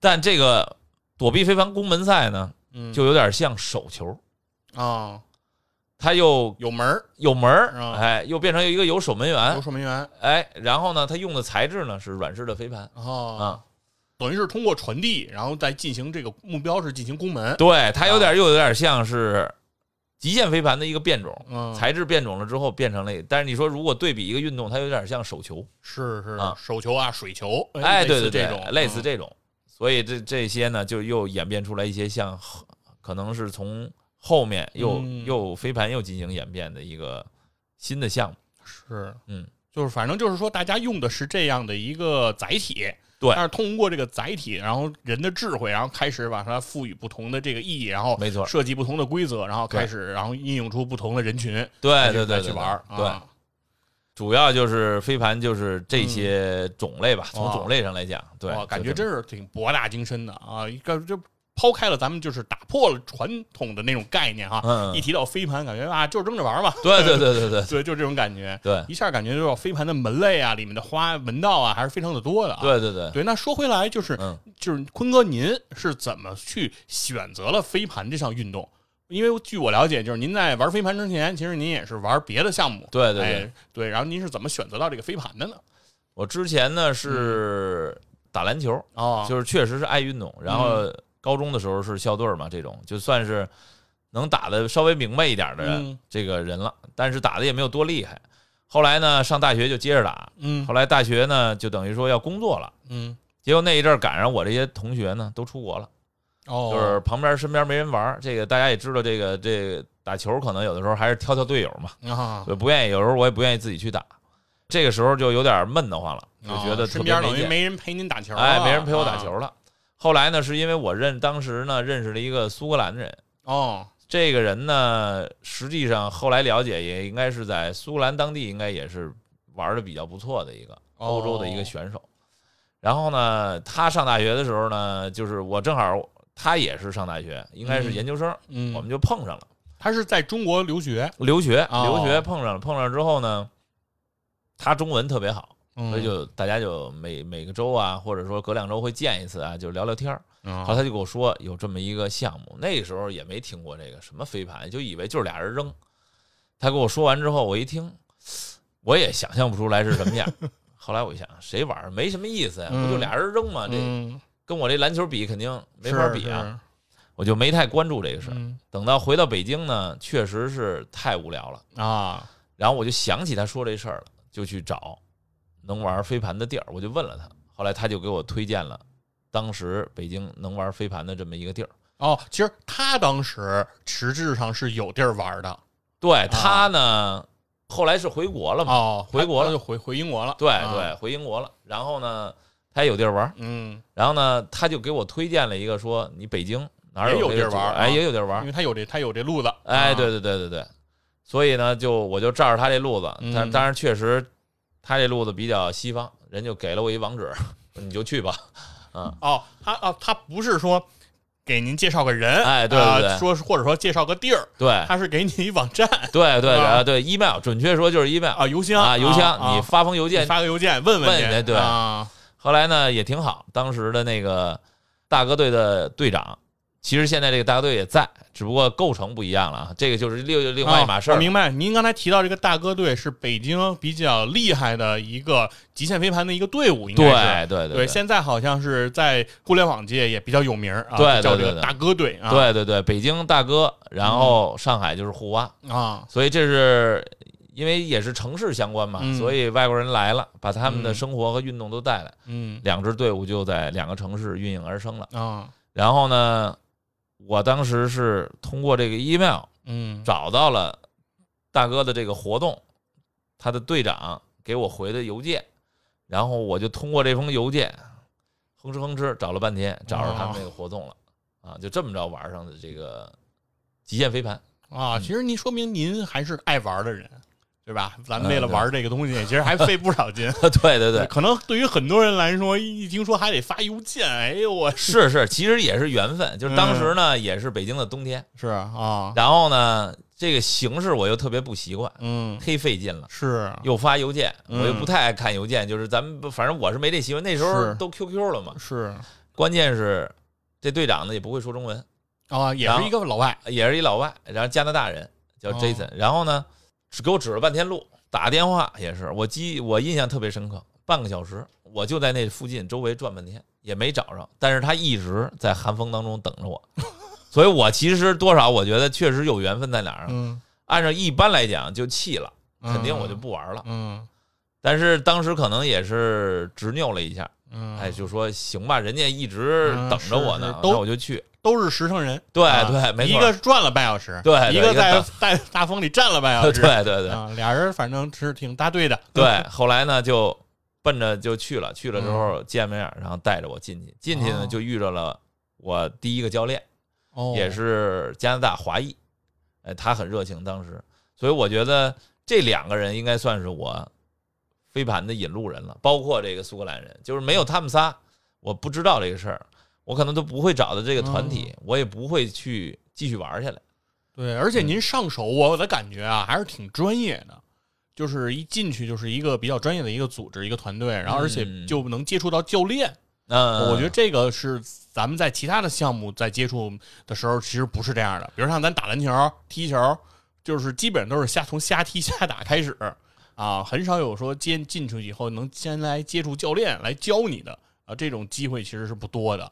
Speaker 2: 但这个躲避飞盘攻门赛呢，
Speaker 1: 嗯，
Speaker 2: 就有点像手球，
Speaker 1: 啊，
Speaker 2: 它又
Speaker 1: 有门儿，
Speaker 2: 有门儿，
Speaker 1: 啊
Speaker 2: 哎，又变成一个有守门
Speaker 1: 有
Speaker 2: 员，
Speaker 1: 守门员，
Speaker 2: 哎，然后呢，它用的材质呢是软式的飞盘
Speaker 1: 哦，
Speaker 2: 啊，
Speaker 1: 等于是通过传递，然后再进行这个目标是进行攻门，
Speaker 2: 对，它
Speaker 1: 啊
Speaker 2: 有点又有点像是极限飞盘的一个变种，
Speaker 1: 嗯，
Speaker 2: 材质变种了之后变成了，但是你说如果对比一个运动，它有点像手球，
Speaker 1: 是是
Speaker 2: 啊
Speaker 1: 手球啊，水球，
Speaker 2: 哎，对对
Speaker 1: 似
Speaker 2: 对，
Speaker 1: 这种嗯
Speaker 2: 类似，这种，所以这这些呢就又演变出来一些像后可能是从后面又
Speaker 1: 嗯
Speaker 2: 又飞盘又进行演变的一个新的项目，
Speaker 1: 嗯是
Speaker 2: 嗯，
Speaker 1: 就是反正就是说，大家用的是这样的一个载体，
Speaker 2: 对
Speaker 1: 但是通过这个载体，然后人的智慧，然后开始把它赋予不同的这个意义，然后
Speaker 2: 没错
Speaker 1: 设计不同的规则，然后开始，然后应用出不同的人群，
Speaker 2: 对
Speaker 1: 再
Speaker 2: 哎对
Speaker 1: 去
Speaker 2: 对
Speaker 1: 再
Speaker 2: 对
Speaker 1: 去玩儿，
Speaker 2: 对，
Speaker 1: 啊
Speaker 2: 主要就是飞盘就是这些种类吧，从种类上来讲，对
Speaker 1: 哇，，嗯哦感觉
Speaker 2: 就这
Speaker 1: 真
Speaker 2: 么
Speaker 1: 是挺博大精深的啊！一个就抛开了咱们就是打破了传统的那种概念哈，
Speaker 2: 嗯，
Speaker 1: 一提到飞盘，感觉啊就扔着玩儿嘛， 啊
Speaker 2: 对对对对对
Speaker 1: 对，就这种感觉，
Speaker 2: 对
Speaker 1: 一下感觉就是飞盘的门类啊，里面的花门道啊，还是非常的多的啊。
Speaker 2: 对对对，
Speaker 1: 对，那说回来，就是、
Speaker 2: 嗯
Speaker 1: 就是坤哥，您是怎么去选择了飞盘这项运动？因为据我了解，就是您在玩飞盘之前，其实您也是玩别的项目。
Speaker 2: 对对对
Speaker 1: 哎、对，然后您是怎么选择到这个飞盘的呢？
Speaker 2: 我之前呢
Speaker 1: 嗯
Speaker 2: 是打篮球，
Speaker 1: 哦，
Speaker 2: 就是确实是爱运动。然后
Speaker 1: 嗯
Speaker 2: 高中的时候是校队儿嘛，这种就算是能打的稍微明白一点的
Speaker 1: 嗯
Speaker 2: 这个人了，但是打的也没有多厉害。后来呢，上大学就接着打。
Speaker 1: 嗯
Speaker 2: 后来大学呢，就等于说要工作了。
Speaker 1: 嗯，
Speaker 2: 结果那一阵儿赶上我这些同学呢都出国了，
Speaker 1: 哦，
Speaker 2: 就是旁边身边没人玩儿。这个大家也知道，这个这个打球可能有的时候还是挑挑队友嘛，
Speaker 1: 啊，
Speaker 2: 我不愿意，有时候我也不愿意自己去打。这个时候就有点闷得慌了，就
Speaker 1: 啊
Speaker 2: 觉得特
Speaker 1: 身
Speaker 2: 别
Speaker 1: 边
Speaker 2: 没
Speaker 1: 等于
Speaker 2: 劲。
Speaker 1: 没人陪您打球、啊，
Speaker 2: 哎，没人陪我打
Speaker 1: 啊。
Speaker 2: 球了。后来呢，是因为我认当时呢认识了一个苏格兰人，
Speaker 1: 哦，
Speaker 2: 这个人呢，实际上后来了解也应该是在苏格兰当地，应该也是玩的比较不错的一个
Speaker 1: 哦
Speaker 2: 欧洲的一个选手。然后呢，他上大学的时候呢，就是我正好他也是上大学，应该是
Speaker 1: 嗯
Speaker 2: 研究生，
Speaker 1: 嗯，
Speaker 2: 我们就碰上了
Speaker 1: 他是在中国留学，
Speaker 2: 留学，
Speaker 1: 哦
Speaker 2: 留学碰上了，碰上了之后呢，他中文特别好，
Speaker 1: 嗯，
Speaker 2: 所以就大家就每每个周啊，或者说隔两周会见一次啊，就聊聊天儿。
Speaker 1: 嗯
Speaker 2: 后来他就跟我说有这么一个项目，那个时候也没听过这个什么飞盘，就以为就是俩人扔。他跟我说完之后，我一听，我也想象不出来是什么样。 后来我一想，谁玩儿没什么意思呀、
Speaker 1: 嗯
Speaker 2: 不就俩人扔吗？这
Speaker 1: 嗯
Speaker 2: 跟我这篮球比，肯定没法比啊。，我就没太关注这个事
Speaker 1: 是是
Speaker 2: 儿。
Speaker 1: 嗯
Speaker 2: 等到回到北京呢，确实是太无聊了。
Speaker 1: 啊，
Speaker 2: 然后我就想起他说这事儿了，就去找能玩飞盘的地儿，我就问了他。后来他就给我推荐了当时北京能玩飞盘的这么一个地儿。
Speaker 1: 哦，其实他当时实质上是有地儿玩的
Speaker 2: 对他呢，后来是回国了嘛？
Speaker 1: 啊哦，
Speaker 2: 嗯回国
Speaker 1: 他
Speaker 2: 了
Speaker 1: 就回回英国了，
Speaker 2: 对
Speaker 1: 啊
Speaker 2: 对，，回英国了。然后呢，他也有地儿玩儿。
Speaker 1: 嗯，
Speaker 2: 然后呢，他就给我推荐了一个，说你北京哪儿
Speaker 1: 也有
Speaker 2: 这
Speaker 1: 地
Speaker 2: 个
Speaker 1: 儿玩
Speaker 2: 组
Speaker 1: 儿
Speaker 2: 哎，
Speaker 1: 啊
Speaker 2: 也有地儿玩
Speaker 1: 因
Speaker 2: 儿。
Speaker 1: 为他有这他有这路子，
Speaker 2: 哎，
Speaker 1: 啊
Speaker 2: 对，对对对对。所以呢，就我就照着他这路子，但
Speaker 1: 嗯
Speaker 2: 当然确实，他这路子比较西方，人就给了我一网址， 说你就去吧。啊
Speaker 1: 哦，他哦，他不是说给您介绍个人，
Speaker 2: 哎对对
Speaker 1: 啊
Speaker 2: 对哎
Speaker 1: 说是或者说介绍个地儿，
Speaker 2: 对
Speaker 1: 他是给你一网站
Speaker 2: 对对对
Speaker 1: 啊
Speaker 2: 啊对，email 准确说就是 email
Speaker 1: 啊，邮箱
Speaker 2: 啊，邮
Speaker 1: 啊
Speaker 2: 箱你发封邮
Speaker 1: 你
Speaker 2: 件。
Speaker 1: 发个邮件问
Speaker 2: 问
Speaker 1: 去
Speaker 2: 人家，对
Speaker 1: 啊
Speaker 2: 后来呢也挺好，当时的那个大哥队的队长，其实现在这个大哥队也在，只不过构成不一样了啊，这个就是另另外一码事
Speaker 1: 啊我
Speaker 2: 儿了。
Speaker 1: 明白，您刚才提到这个大哥队是北京比较厉害的一个极限飞盘的一个队伍，应该是。
Speaker 2: 对对
Speaker 1: 对，
Speaker 2: 对
Speaker 1: 现在好像是在互联网界也比较有名儿啊，
Speaker 2: 对对
Speaker 1: 叫这
Speaker 2: 对
Speaker 1: 个
Speaker 2: 对
Speaker 1: 大哥队啊，
Speaker 2: 对对对，北京大哥，然后上海就是互挖，
Speaker 1: 啊，
Speaker 2: 所以这是因为也是城市相关嘛，
Speaker 1: 嗯
Speaker 2: 所以外国人来了，把他们的
Speaker 1: 嗯
Speaker 2: 生活和运动都带来，
Speaker 1: 嗯
Speaker 2: 两支队伍就在两个城市运营而生了。
Speaker 1: 啊，
Speaker 2: 然后呢，我当时是通过这个 email
Speaker 1: 嗯
Speaker 2: 找到了大哥的这个活动，他的队长给我回的邮件，然后我就通过这封邮件，哼哧哼哧找了半天，找着他们那个活动了，啊，就这么着玩上的这个极限飞盘。
Speaker 1: 啊，其实您说明您还是爱玩的人，对吧？咱们为了玩这个东西，其实还费不少劲。
Speaker 2: 对 对对，
Speaker 1: 可能对于很多人来说，一听说还得发邮件，哎呦我
Speaker 2: 是是，其实也是缘分，就是当时呢也是北京的冬天，
Speaker 1: 是嗯啊，
Speaker 2: 然后呢这个形式我又特别不习惯，
Speaker 1: 嗯，
Speaker 2: 忒费劲了。
Speaker 1: 是
Speaker 2: 又发邮件，
Speaker 1: 嗯
Speaker 2: 我又不太爱看邮件，就是咱们不反正我是没这习惯，那时候
Speaker 1: 是
Speaker 2: 都 QQ 了嘛。
Speaker 1: 是
Speaker 2: 关键是这队长呢也不会说中文，
Speaker 1: 啊，也
Speaker 2: 然
Speaker 1: 是
Speaker 2: 后
Speaker 1: 一个老外，
Speaker 2: 也是一老外，然后加拿大人叫
Speaker 1: 哦
Speaker 2: Jason，、然后呢，只给我指了半天路，打电话也是，我记我印象特别深刻，半个小时我就在那附近周围转半天也没找着，但是他一直在寒风当中等着 我，所以我其实多少我觉得确实有缘分在哪儿啊，
Speaker 1: 嗯，
Speaker 2: 按照一般来讲就弃了，
Speaker 1: 嗯
Speaker 2: 肯定我就，不玩了，
Speaker 1: 嗯
Speaker 2: 但是当时可能也是执拗了一下，
Speaker 1: 嗯，
Speaker 2: 哎，就说行吧，人家一直
Speaker 1: 嗯
Speaker 2: 等着我呢
Speaker 1: 是，是都
Speaker 2: 那我就去，
Speaker 1: 都是时尚人，
Speaker 2: 对
Speaker 1: 啊
Speaker 2: 对，没错，
Speaker 1: 一个转了半小时，
Speaker 2: 对对
Speaker 1: 一个
Speaker 2: 一个
Speaker 1: 在
Speaker 2: 等
Speaker 1: 在大风里站了半小时，
Speaker 2: 对对对。
Speaker 1: 啊，俩人反正是挺搭对的，嗯
Speaker 2: 对，后来呢就奔着就去了，去了之后见面，然后带着我进去，进去
Speaker 1: 嗯哦
Speaker 2: 呢就遇着了我第一个教练，
Speaker 1: 哦，
Speaker 2: 也是加拿大华裔，哎，他很热情当时，所以我觉得这两个人应该算是我飞盘的引路人了，包括这个苏格兰人，就是没有他们仨，我不知道这个事儿，我可能都不会找到这个团体，
Speaker 1: 哦
Speaker 2: 我也不会去继续玩下来。
Speaker 1: 对，而
Speaker 2: 嗯
Speaker 1: 且您上手，我的感觉啊，还是挺专业的。就是一进去就是一个比较专业的一个组织、一个团队，然后而且
Speaker 2: 嗯
Speaker 1: 就能接触到教练，
Speaker 2: 嗯，
Speaker 1: 我觉得这个是咱们在其他的项目在接触的时候，其实不是这样的。比如像咱打篮球、踢球，就是基本都是瞎从瞎踢 瞎打开始啊，很少有说先进去以后能先来接触教练来教你的啊，这种机会其实是不多的。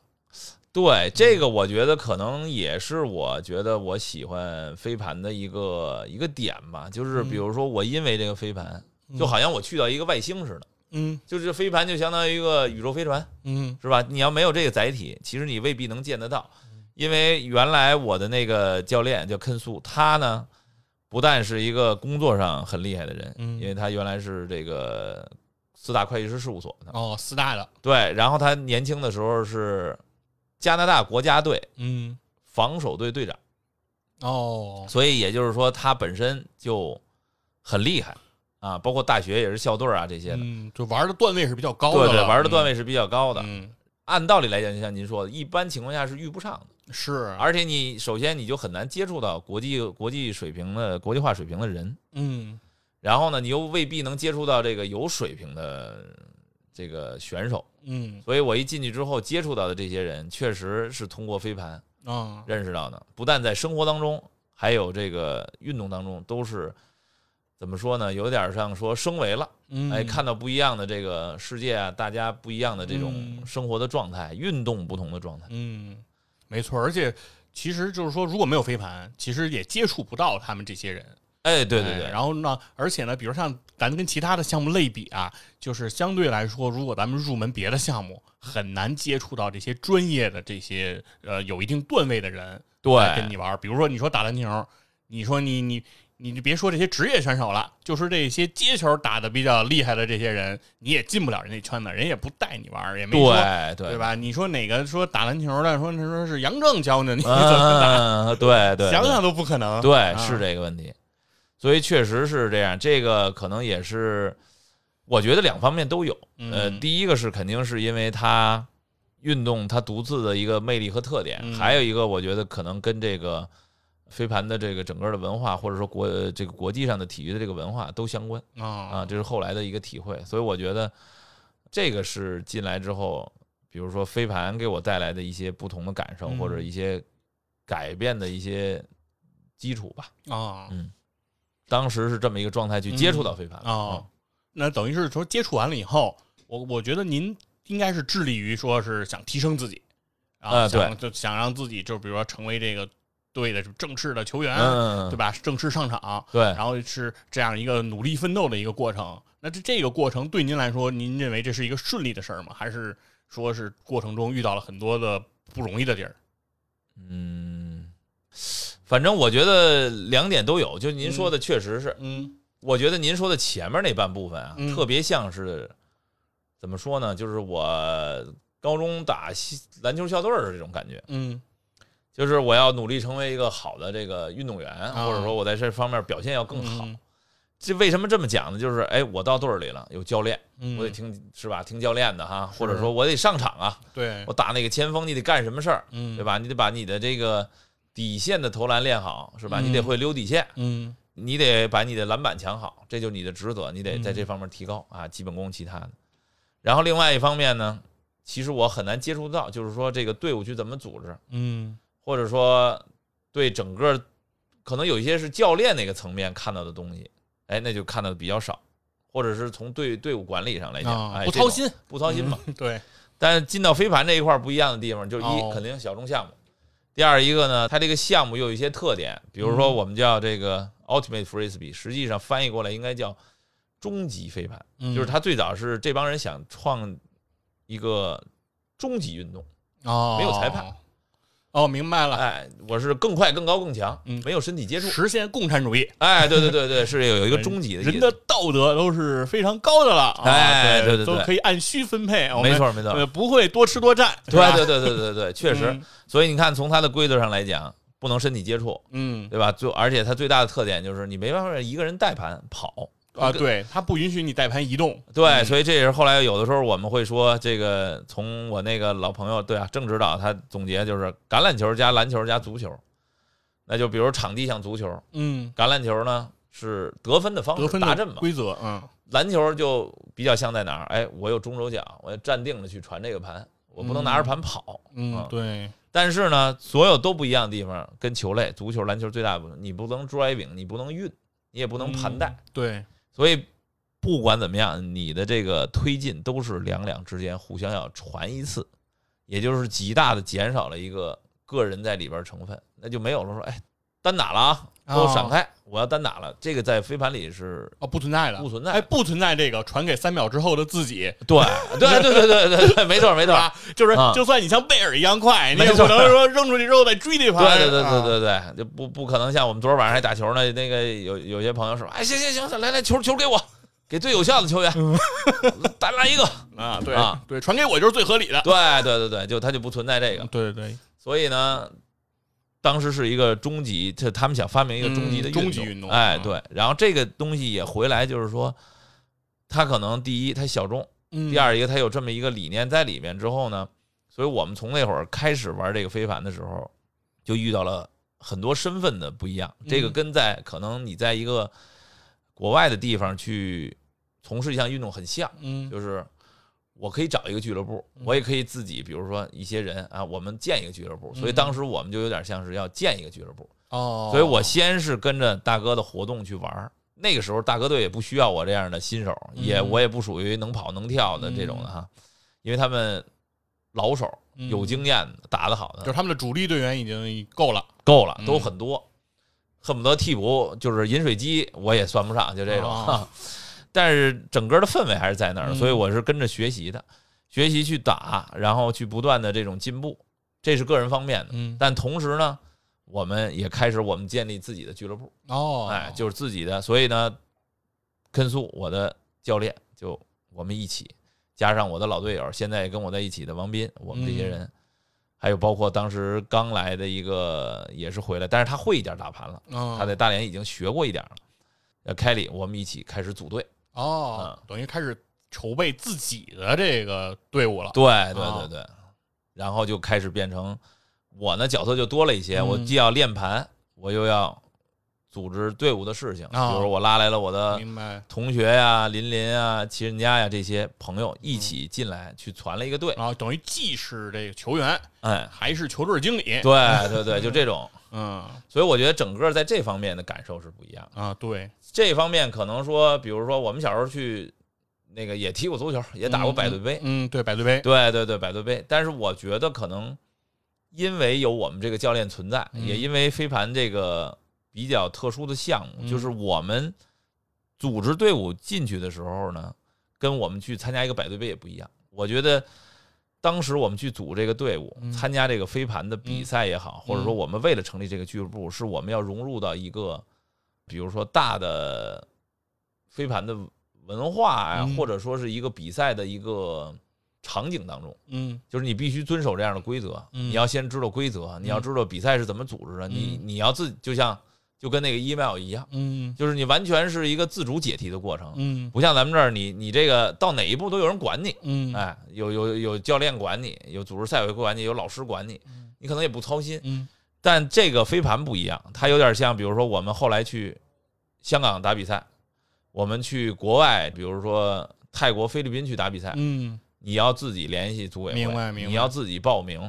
Speaker 2: 对
Speaker 1: 嗯
Speaker 2: 这个，我觉得可能也是我觉得我喜欢飞盘的一个一个点吧，就是
Speaker 1: 嗯
Speaker 2: 比如说我因为这个飞盘，就好像我去到一个外星似的，
Speaker 1: 嗯
Speaker 2: 就是飞盘就相当于一个宇宙飞船，
Speaker 1: 嗯
Speaker 2: 是吧？你要没有这个载体，其实你未必能见得到，因为原来我的那个教练叫肯苏，他呢不但是一个工作上很厉害的人，
Speaker 1: 嗯
Speaker 2: 因为他原来是这个四大会计师事务所的，
Speaker 1: 哦，四大的
Speaker 2: 对，然后他年轻的时候是加拿大国家队。
Speaker 1: 嗯
Speaker 2: 防守队队长，
Speaker 1: 哦
Speaker 2: 所以也就是说他本身就很厉害啊，包括大学也是校队啊这些的，
Speaker 1: 嗯，就玩的段位是比较高的
Speaker 2: 对对，
Speaker 1: 了
Speaker 2: 玩的段位是比较高的。
Speaker 1: 嗯
Speaker 2: 按道理来讲，就像您说的，一般情况下是遇不上的，
Speaker 1: 嗯是
Speaker 2: 而且你首先你就很难接触到国际国际水平的国际化水平的人，
Speaker 1: 嗯
Speaker 2: 然后呢，你又未必能接触到这个有水平的这个选手。
Speaker 1: 嗯
Speaker 2: 所以我一进去之后接触到的这些人，确实是通过飞盘
Speaker 1: 啊
Speaker 2: 认识到的，不但在生活当中，还有这个运动当中，都是怎么说呢？有点像说升维了，
Speaker 1: 嗯
Speaker 2: 哎，看到不一样的这个世界啊，大家不一样的这种
Speaker 1: 嗯
Speaker 2: 生活的状态，运动不同的状态。
Speaker 1: 嗯，没错，而且其实就是说，如果没有飞盘，其实也接触不到他们这些人。
Speaker 2: 哎，对对
Speaker 1: 哎
Speaker 2: 对，
Speaker 1: 然后呢，而且呢，比如像咱跟其他的项目类比啊，就是相对来说，如果咱们入门别的项目，很难接触到这些专业的这些呃有一定段位的人来跟
Speaker 2: 对
Speaker 1: 你玩儿。比如说，你说打篮球，你说你你。你就别说这些职业选手了，就是这些街球打的比较厉害的这些人，你也进不了人家圈子，人也不带你玩儿，也没说
Speaker 2: 对对
Speaker 1: 对？吧？你说哪个说打篮球的，说你说是杨正教的，你
Speaker 2: 嗯，对对，
Speaker 1: 想
Speaker 2: 对
Speaker 1: 想都不可能。
Speaker 2: 对
Speaker 1: 啊
Speaker 2: 是这个问题，所以确实是这样。这个可能也是，我觉得两方面都有。呃，
Speaker 1: 嗯
Speaker 2: 第一个是肯定是因为它运动它独自的一个魅力和特点，
Speaker 1: 嗯
Speaker 2: 还有一个我觉得可能跟这个飞盘的这个整个的文化，或者说国呃这个国际上的体育的这个文化都相关
Speaker 1: 啊
Speaker 2: 啊，这是后来的一个体会。所以我觉得这个是进来之后，比如说飞盘给我带来的一些不同的感受，
Speaker 1: 嗯
Speaker 2: 或者一些改变的一些基础吧。
Speaker 1: 啊
Speaker 2: 嗯当时是这么一个状态去接触到飞盘
Speaker 1: 啊！那等于是说接触完了以后，我我觉得您应该是致力于说是想提升自己，啊，
Speaker 2: 啊
Speaker 1: 想就想让自己就比如说成为这个队的正式的球员，
Speaker 2: 嗯，哎
Speaker 1: 对吧？正式上场，
Speaker 2: 对，
Speaker 1: 然后是这样一个努力奋斗的一个过程。那这这个过程对您来说，您认为这是一个顺利的事儿吗？还是说是过程中遇到了很多的不容易的地儿？
Speaker 2: 嗯，反正我觉得两点都有，就您说的确实是，
Speaker 1: 嗯
Speaker 2: 我觉得您说的前面那半部分啊，
Speaker 1: 嗯
Speaker 2: 特别像是怎么说呢？就是我高中打西篮球校队儿的这种感觉，
Speaker 1: 嗯
Speaker 2: 就是我要努力成为一个好的这个运动员，或者说我在这方面表现要更好。
Speaker 1: 啊嗯
Speaker 2: 这为什么这么讲呢？就是哎，我到队儿里了，有教练，
Speaker 1: 嗯，
Speaker 2: 我得听是吧？听教练的哈，
Speaker 1: 是
Speaker 2: 或者说我得上场啊，
Speaker 1: 对，
Speaker 2: 我打那个前锋，你得干什么事儿，
Speaker 1: 嗯
Speaker 2: 对？吧？你得把你的这个底线的投篮练好，是吧？
Speaker 1: 嗯
Speaker 2: 你得会溜底线，
Speaker 1: 嗯
Speaker 2: 你得把你的篮板抢好，这就是你的职责，你得在
Speaker 1: 嗯
Speaker 2: 这方面提高啊，基本功其他的。然后另外一方面呢，其实我很难接触到，就是说这个队伍去怎么组织，
Speaker 1: 嗯
Speaker 2: 或者说对整个可能有一些是教练那个层面看到的东西，哎，那就看到的比较少，或者是从队队伍管理上来讲，
Speaker 1: 啊，
Speaker 2: 哎，
Speaker 1: 不
Speaker 2: 这种
Speaker 1: 操心，
Speaker 2: 不操心嘛。
Speaker 1: 嗯，对，
Speaker 2: 但是进到飞盘这一块儿不一样的地方，就是
Speaker 1: 哦
Speaker 2: 一肯定小众项目，第二一个呢，它这个项目又有一些特点，比如说
Speaker 1: 嗯
Speaker 2: 我们叫这个 Ultimate Frisbee，实际上翻译过来应该叫终极飞盘，
Speaker 1: 嗯
Speaker 2: 就是它最早是这帮人想创一个终极运动，
Speaker 1: 哦，
Speaker 2: 没有裁判，
Speaker 1: 哦，明白了，
Speaker 2: 哎，我是更快、更高、更强
Speaker 1: 嗯，
Speaker 2: 没有身体接触，
Speaker 1: 实现共产主义，
Speaker 2: 哎，对对对对，是有一个终极的
Speaker 1: 人
Speaker 2: 意
Speaker 1: 的
Speaker 2: 思，
Speaker 1: 道德都是非常高的了，啊
Speaker 2: 哎
Speaker 1: 对
Speaker 2: 对对
Speaker 1: 都
Speaker 2: 对
Speaker 1: 可以按需分配，我们
Speaker 2: 没，错没错，
Speaker 1: 呃，不会多吃多占，
Speaker 2: 对
Speaker 1: 吧
Speaker 2: 对对对对对，确实，，所以你看从它的规则上来讲，不能身体接触，
Speaker 1: 嗯
Speaker 2: 对吧？最而且它最大的特点就是你没办法一个人带盘跑
Speaker 1: 嗯啊，，对，它不允许你带盘移动，
Speaker 2: 对，所以这也是后来有的时候我们会说这个，从我那个老朋友对啊郑指导他总结就是橄榄球加篮球加足球，那就比如场地像足球，
Speaker 1: 嗯，
Speaker 2: 橄榄球呢是得分的方
Speaker 1: 得
Speaker 2: 式
Speaker 1: 分
Speaker 2: 达
Speaker 1: 的
Speaker 2: 阵嘛，
Speaker 1: 规则，嗯，
Speaker 2: 篮球就比较像在哪儿？哎，我有中轴脚，我要站定了去传这个盘，我不能拿着盘跑，
Speaker 1: 嗯
Speaker 2: 啊，
Speaker 1: 对，
Speaker 2: 但是呢，所有都不一样的地方，跟球类，足球、篮球最大的不同，你不能 driving，你不能运，你也
Speaker 1: 不
Speaker 2: 不能盘带，，
Speaker 1: 嗯对，
Speaker 2: 所以不管怎么样，你的这个推进都是两两之间互相要传一次，也就是极大的减少了一个个人在里边成分，那就没有了说哎单打了啊，给我闪开，我要单打了，这个在飞盘里是
Speaker 1: 哦，不存在的，
Speaker 2: 不存在
Speaker 1: 哎，不存在这个传给三秒之后的自己，
Speaker 2: 对对对对对对对，没错没
Speaker 1: 对
Speaker 2: 错，
Speaker 1: 吧？ 就是
Speaker 2: 啊
Speaker 1: 就算你像贝尔一样快，你也
Speaker 2: 没
Speaker 1: 不
Speaker 2: 错
Speaker 1: 能说扔出去之后再追那盘，
Speaker 2: 对对对对
Speaker 1: 啊，
Speaker 2: 对对，就不不可能像我们昨儿晚上还打球呢，那个有有些朋友说，哎行行行，来来球球给我，给最有效的 球员，再来一个，
Speaker 1: 啊，对
Speaker 2: 啊
Speaker 1: 对，传给我就是最合理的，
Speaker 2: 对对对对，就他就不存在这个，
Speaker 1: 对对对，
Speaker 2: 所以呢，当时是一个终极，这他们想发明一个终极的
Speaker 1: 嗯
Speaker 2: 运动，
Speaker 1: 终极运动
Speaker 2: 哎，
Speaker 1: 嗯
Speaker 2: 对。然后这个东西也回来，就是说，它可能第一它小众，
Speaker 1: 嗯
Speaker 2: 第，二一个它有这么一个理念在里面之后呢，所以我们从那会儿开始玩这个飞盘的时候，就遇到了很多身份的不一样。这个
Speaker 1: 嗯
Speaker 2: 跟在可能你在一个国外的地方去从事一项运动很像，
Speaker 1: 嗯，
Speaker 2: 就是我可以找一个俱乐部，我也可以自己，比如说一些人啊，我们建一个俱乐部。所以
Speaker 1: 嗯
Speaker 2: 当时我们就有点像是要建一个俱乐部，
Speaker 1: 哦，
Speaker 2: 所以我先是跟着大哥的活动去玩儿。那个时候大哥队也不需要我这样的新手，也
Speaker 1: 嗯
Speaker 2: 我也不属于能跑能跳的这种的哈，因为他们老手
Speaker 1: 嗯
Speaker 2: 有经验的，打得好
Speaker 1: 就
Speaker 2: 的
Speaker 1: 是他们的主力队员已经够了，
Speaker 2: 够了
Speaker 1: 嗯，
Speaker 2: 都很多，恨不得替补就是饮水机我也算不上，就这种。
Speaker 1: 哦
Speaker 2: 但是整个的氛围还是在那儿的，
Speaker 1: 嗯
Speaker 2: 所以我是跟着学习的，学习去打，然后去不断的这种进步，这是个人方面的。
Speaker 1: 嗯，
Speaker 2: 但同时呢，我们也开始我们建立自己的俱乐部，
Speaker 1: 哦，
Speaker 2: 哎，就是自己的。所以呢，根素我的教练就我们一起，加上我的老队友，现在也跟我在一起的王斌，我们这
Speaker 1: 嗯
Speaker 2: 些人，还有包括当时刚来的一个也是回来，但是他会一点打盘了，
Speaker 1: 嗯
Speaker 2: 他在大连已经学过一点了。呃，凯里，我们一起开始组队。
Speaker 1: 哦，
Speaker 2: 嗯
Speaker 1: 等于开始筹备自己的这个队伍了，
Speaker 2: 对对
Speaker 1: 啊
Speaker 2: 对对，然后就开始变成我呢角色就多了一些，我
Speaker 1: 嗯
Speaker 2: 既要练盘，我又要组织队伍的事情，比
Speaker 1: 啊
Speaker 2: 如我拉来了我的
Speaker 1: 明白？
Speaker 2: 同学呀、林林啊、齐人家呀这些朋友一起进来去传了一个队，
Speaker 1: 然后啊等于既是这个球员，
Speaker 2: 哎，
Speaker 1: 还是球队经理，
Speaker 2: 对对对，就这种。
Speaker 1: 嗯
Speaker 2: 所以我觉得整个在这方面的感受是不一样的。
Speaker 1: 啊，对，
Speaker 2: 这方面可能说，比如说我们小时候去那个也踢过足球，也打过百对杯，
Speaker 1: 嗯，对，百对杯，
Speaker 2: 对对对，百对杯。但是我觉得可能因为有我们这个教练存在，
Speaker 1: 嗯
Speaker 2: 也因为飞盘这个比较特殊的项目，
Speaker 1: 嗯
Speaker 2: 就是我们组织队伍进去的时候呢，跟我们去参加一个百对杯也不一样。我觉得当时我们去组这个队伍，
Speaker 1: 嗯
Speaker 2: 参加这个飞盘的比赛也好，
Speaker 1: 嗯
Speaker 2: 或者说我们为了成立这个俱乐部，是我们要融入到一个比如说大的飞盘的文化呀、
Speaker 1: 嗯
Speaker 2: 或者说是一个比赛的一个场景当中，
Speaker 1: 嗯
Speaker 2: 就是你必须遵守这样的规则。
Speaker 1: 嗯
Speaker 2: 你要先知道规则，你要知道比赛是怎么组织的，你你要自就像就跟那个 email 一样，
Speaker 1: 嗯
Speaker 2: 就是你完全是一个自主解题的过程，
Speaker 1: 嗯
Speaker 2: 不像咱们这儿，你你这个到哪一步都有人管你。
Speaker 1: 嗯，
Speaker 2: 哎，有有有教练管你，有组织赛委会管你，有老师管你，你可能也不操心。
Speaker 1: 嗯
Speaker 2: 但这个飞盘不一样，它有点像，比如说我们后来去香港打比赛，我们去国外，比如说泰国、菲律宾去打比赛，
Speaker 1: 嗯，
Speaker 2: 你要自己联系组委会，
Speaker 1: 明白明白
Speaker 2: 你要自己报名。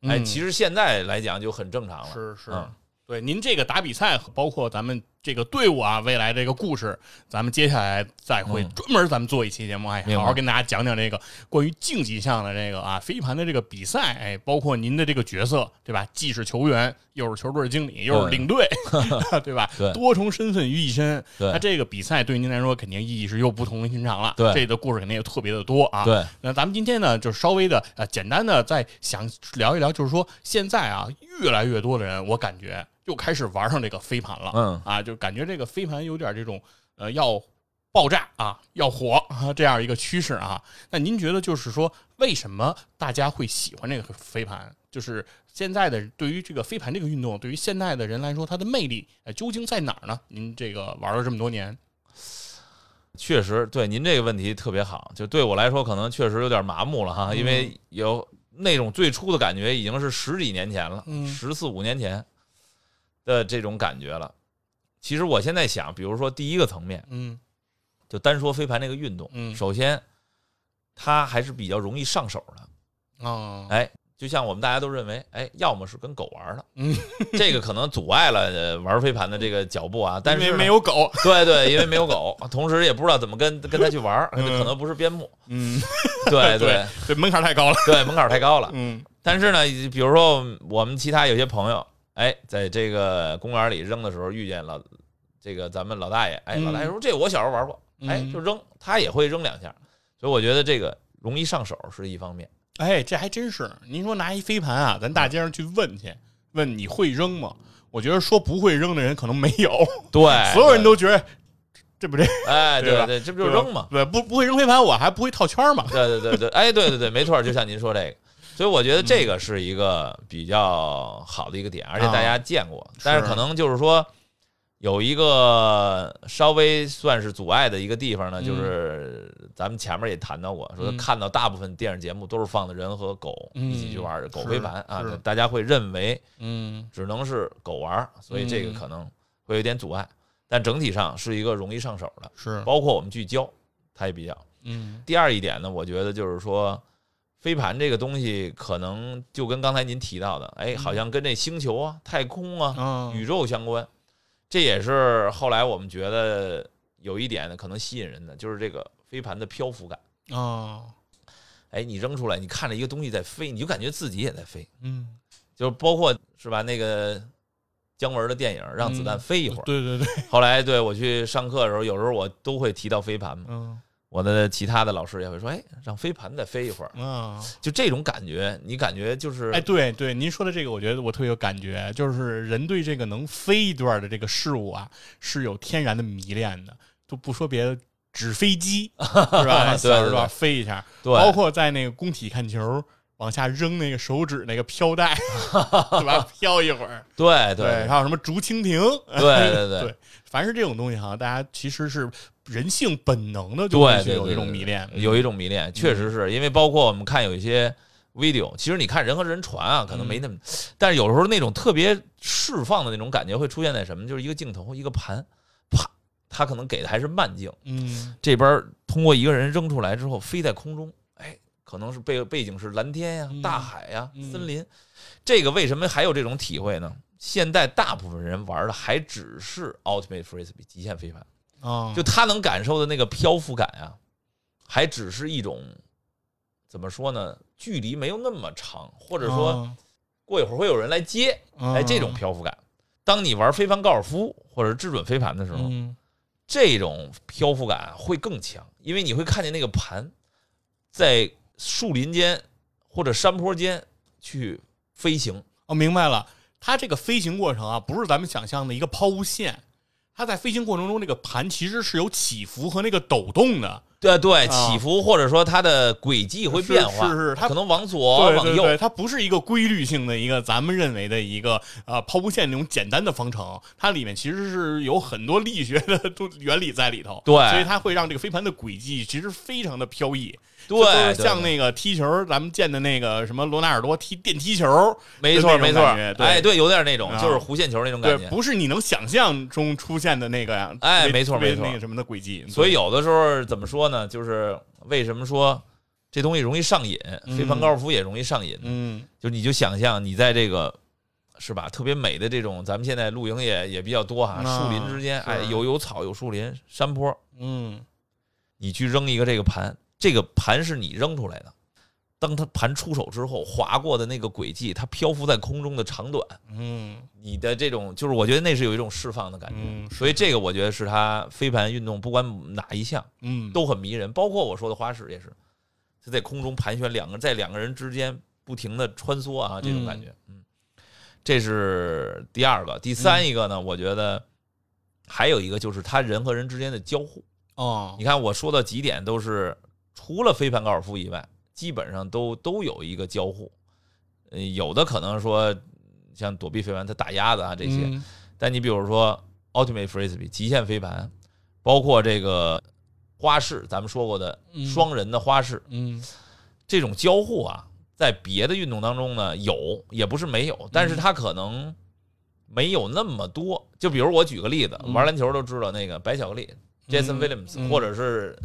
Speaker 2: 哎，
Speaker 1: 嗯
Speaker 2: 其实现在来讲就很正常了。
Speaker 1: 是是。
Speaker 2: 嗯
Speaker 1: 对，您这个打比赛，包括咱们这个队伍啊，未来这个故事，咱们接下来再会
Speaker 2: 嗯
Speaker 1: 专门咱们做一期节目，哎，
Speaker 2: 明白
Speaker 1: 好好跟大家讲讲这个关于竞技项的这个啊飞盘的这个比赛，哎，包括您的这个角色，对吧？既是球员，又是球队经理，又是领 队，对吧？
Speaker 2: 嗯对
Speaker 1: 多重身份于一身。
Speaker 2: 对
Speaker 1: 那这个比赛对您来说肯定意义是又不同于寻常了。
Speaker 2: 对
Speaker 1: 这里的故事肯定也特别的多啊。
Speaker 2: 对，
Speaker 1: 那咱们今天呢，就稍微的呃，简单的再想聊一聊，就是说现在啊，越来越多的人，我感觉又开始玩上这个飞盘了，
Speaker 2: 嗯
Speaker 1: 啊，就感觉这个飞盘有点这种呃要爆炸啊，要火啊这样一个趋势啊。那您觉得就是说，为什么大家会喜欢这个飞盘？就是现在的对于这个飞盘这个运动，对于现代的人来说，它的魅力呃究竟在哪儿呢？您这个玩了这么多年，
Speaker 2: 确实，对您这个问题特别好，就对我来说可能确实有点麻木了哈，因
Speaker 1: 嗯
Speaker 2: 为有那种最初的感觉已经是十几年前了，
Speaker 1: 嗯
Speaker 2: 十四五年前的这种感觉了。其实我现在想，比如说第一个层面，
Speaker 1: 嗯
Speaker 2: 就单说飞盘这个运动，
Speaker 1: 嗯
Speaker 2: 首先它还是比较容易上手的，
Speaker 1: 啊，
Speaker 2: 哎，就像我们大家都认为，哎，要么是跟狗玩的，
Speaker 1: 嗯，
Speaker 2: 这个可能阻碍了呃玩飞盘的这个脚步啊，但
Speaker 1: 因为
Speaker 2: 是呢
Speaker 1: 没有狗，
Speaker 2: 对对，因为没有狗，同时也不知道怎么跟跟它去玩儿，
Speaker 1: 嗯
Speaker 2: 可能不是 边牧，
Speaker 1: 嗯，
Speaker 2: 对
Speaker 1: 对
Speaker 2: 对
Speaker 1: 这门槛太高了，
Speaker 2: 对，门槛儿太高了。
Speaker 1: 嗯。
Speaker 2: 但是呢，比如说我们其他有些朋友，哎，在这个公园里扔的时候遇见老这个咱们老大爷，哎，
Speaker 1: 嗯
Speaker 2: 老大爷说这我小时候玩过，哎
Speaker 1: 嗯，
Speaker 2: 就扔，他也会扔两下，所以我觉得这个容易上手是一方面。
Speaker 1: 哎，这还真是。您说拿一飞盘啊，咱大街上去问去，问你会扔吗？我觉得说不会扔的人可能没有，
Speaker 2: 对，
Speaker 1: 所有人
Speaker 2: 对
Speaker 1: 都觉得这不这
Speaker 2: 哎，
Speaker 1: 对吧
Speaker 2: 对对，这不就扔嘛？
Speaker 1: 对，不不会扔飞盘，我还不会套圈嘛。
Speaker 2: 对对对对，哎，对对对，没错，就像您说这个，所以我觉得这个是一个比较好的一个
Speaker 1: 啊
Speaker 2: 点，而且大家见过，但是可能就是说有一个稍微算是阻碍的一个地方呢，
Speaker 1: 嗯
Speaker 2: 就是咱们前面也谈到过，说
Speaker 1: 嗯
Speaker 2: 看到大部分电视节目都是放的人和狗一起去玩儿
Speaker 1: 嗯
Speaker 2: 狗
Speaker 1: 是
Speaker 2: 飞盘啊
Speaker 1: 是，
Speaker 2: 大家会认为
Speaker 1: 嗯
Speaker 2: 只能是狗玩儿，所以这个
Speaker 1: 嗯
Speaker 2: 可能会有点阻碍，但整体上是一个容易上手的，
Speaker 1: 是，
Speaker 2: 包括我们聚焦，它也比较。
Speaker 1: 嗯
Speaker 2: 第二一点呢，我觉得就是说，飞盘这个东西可能就跟刚才您提到的，哎，好像跟这星球啊、太空啊、
Speaker 1: 啊
Speaker 2: 宇宙相关。这也是后来我们觉得有一点呢，可能吸引人的，就是这个飞盘的漂浮感。
Speaker 1: 啊
Speaker 2: 哎，你扔出来，你看着一个东西在飞，你就感觉自己也在飞，
Speaker 1: 嗯，
Speaker 2: 就是包括是吧？那个姜文的电影《让子弹飞一会儿》
Speaker 1: 对对对，
Speaker 2: 后来对我去上课的时候，有时候我都会提到飞盘嘛，
Speaker 1: 嗯
Speaker 2: 我的其他的老师也会说，哎，让飞盘再飞一会儿。
Speaker 1: 啊，
Speaker 2: 就这种感觉，你感觉就是
Speaker 1: 哎，对对，您说的这个，我觉得我特别有感觉，就是人对这个能飞一段的这个事物啊，是有天然的迷恋的，就不说别的，纸飞机是吧？
Speaker 2: 对对
Speaker 1: 小时候啊
Speaker 2: 对
Speaker 1: 飞一下，
Speaker 2: 对，
Speaker 1: 包括在那个工体看球，往下扔那个手指那个飘带，对吧？飘一会儿，
Speaker 2: 对对
Speaker 1: 还有什么竹蜻蜓，
Speaker 2: 对对
Speaker 1: 对，嗯凡是这种东西，好像大家其实是人性本能的，就会
Speaker 2: 对
Speaker 1: 去
Speaker 2: 对，
Speaker 1: 有一
Speaker 2: 对
Speaker 1: 种
Speaker 2: 对
Speaker 1: 迷恋，
Speaker 2: 有一种迷恋，确实是因为包括我们看有一些 video，其实你看人和人传啊，可能没那
Speaker 1: 嗯
Speaker 2: 么，但是有时候那种特别释放的那种感觉会出现在什么，就是一个镜头一个盘，啪，他可能给的还是慢镜，
Speaker 1: 嗯
Speaker 2: 这边通过一个人扔出来之后飞在空中，哎，可能是背背景是蓝天呀
Speaker 1: 嗯、
Speaker 2: 大海呀、
Speaker 1: 嗯
Speaker 2: 森林，这个为什么还有这种体会呢？现在大部分人玩的还只是 Ultimate Frisbee 极限飞盘，
Speaker 1: 啊，
Speaker 2: 就他能感受的那个漂浮感啊，还只是一种怎么说呢？距离没有那么长，或者说
Speaker 1: 啊，
Speaker 2: 过一会儿会有人来接，
Speaker 1: 嗯
Speaker 2: 哎，这
Speaker 1: 哦
Speaker 2: 种漂浮感。当你玩飞盘高尔夫或者制准飞盘的时
Speaker 1: 时
Speaker 2: 候，
Speaker 1: 嗯
Speaker 2: 这种漂浮感会更强，因为你会看见那个盘在树林间或者山坡间去飞行。
Speaker 1: 哦，明白了，它这个飞行过程啊，不是咱们想象的一个抛物线，它在飞行过程中，这个盘其实是有起伏和那个抖动的，
Speaker 2: 对对，
Speaker 1: 啊
Speaker 2: 起伏或者说它的轨迹会
Speaker 1: 是
Speaker 2: 变化，
Speaker 1: 是是它
Speaker 2: 可能往左
Speaker 1: 对
Speaker 2: 哦往
Speaker 1: 对对，
Speaker 2: 右，
Speaker 1: 它不是一个规律性的一个咱们认为的一个呃抛物线那种简单的方程，它里面其实是有很多力学的都原理在里头，
Speaker 2: 对
Speaker 1: 所以它会让这个飞盘的轨迹其实非常的飘逸，
Speaker 2: 对
Speaker 1: 就都是
Speaker 2: 对
Speaker 1: 像
Speaker 2: 对
Speaker 1: 那个踢球咱们见的那个什么罗纳尔多踢电踢球，
Speaker 2: 没
Speaker 1: 就
Speaker 2: 错
Speaker 1: 那种
Speaker 2: 没错
Speaker 1: 感觉，对
Speaker 2: 哎，对，有点那种
Speaker 1: 啊
Speaker 2: 就是弧线球那种
Speaker 1: 对
Speaker 2: 感，觉。
Speaker 1: 不是你能想象中出现的那个呀，
Speaker 2: 哎
Speaker 1: 特别
Speaker 2: 没错
Speaker 1: 特别
Speaker 2: 没错
Speaker 1: 那个什么的轨迹，
Speaker 2: 所以有的时候怎么说呢？就是为什么说这东西容易上瘾，
Speaker 1: 嗯
Speaker 2: 飞盘高尔夫也容易上瘾。
Speaker 1: 嗯，
Speaker 2: 就你就想象你在这个是吧，特别美的这种，咱们现在露营也也比较多哈，
Speaker 1: 啊
Speaker 2: 树林之间，
Speaker 1: 是
Speaker 2: 哎，有有草有树林，山坡，
Speaker 1: 嗯
Speaker 2: 你去扔一个这个盘，这个盘是你扔出来的。当它盘出手之后，划过的那个轨迹，它漂浮在空中的长短，
Speaker 1: 嗯
Speaker 2: 你的这种就是我觉得那是有一种释放的感觉，
Speaker 1: 嗯
Speaker 2: 所以这个我觉得是它飞盘运动不管哪一项
Speaker 1: 嗯，
Speaker 2: 都很迷人，包括我说的花式也是，它在空中盘旋，两个在两个人之间不停的穿梭啊，这种感觉，嗯，这是第二个，第三一
Speaker 1: 嗯
Speaker 2: 个呢，我觉得还有一个就是他人和人之间的交互。
Speaker 1: 哦
Speaker 2: 你看我说的几点都是除了飞盘高尔夫以外，基本上都都有一个交互，呃，有的可能说像躲避飞盘，它打鸭子啊这些，
Speaker 1: 嗯
Speaker 2: 但你比如说 Ultimate Frisbee 极限飞盘，包括这个花式，咱们说过的
Speaker 1: 嗯
Speaker 2: 双人的花式，
Speaker 1: 嗯
Speaker 2: 这种交互啊，在别的运动当中呢有，也不是没有，
Speaker 1: 嗯
Speaker 2: 但是它可能没有那么多。就比如我举个例子，
Speaker 1: 嗯
Speaker 2: 玩篮球都知道那个白巧克力、Jason
Speaker 1: 嗯
Speaker 2: Williams，、
Speaker 1: 嗯
Speaker 2: 或者是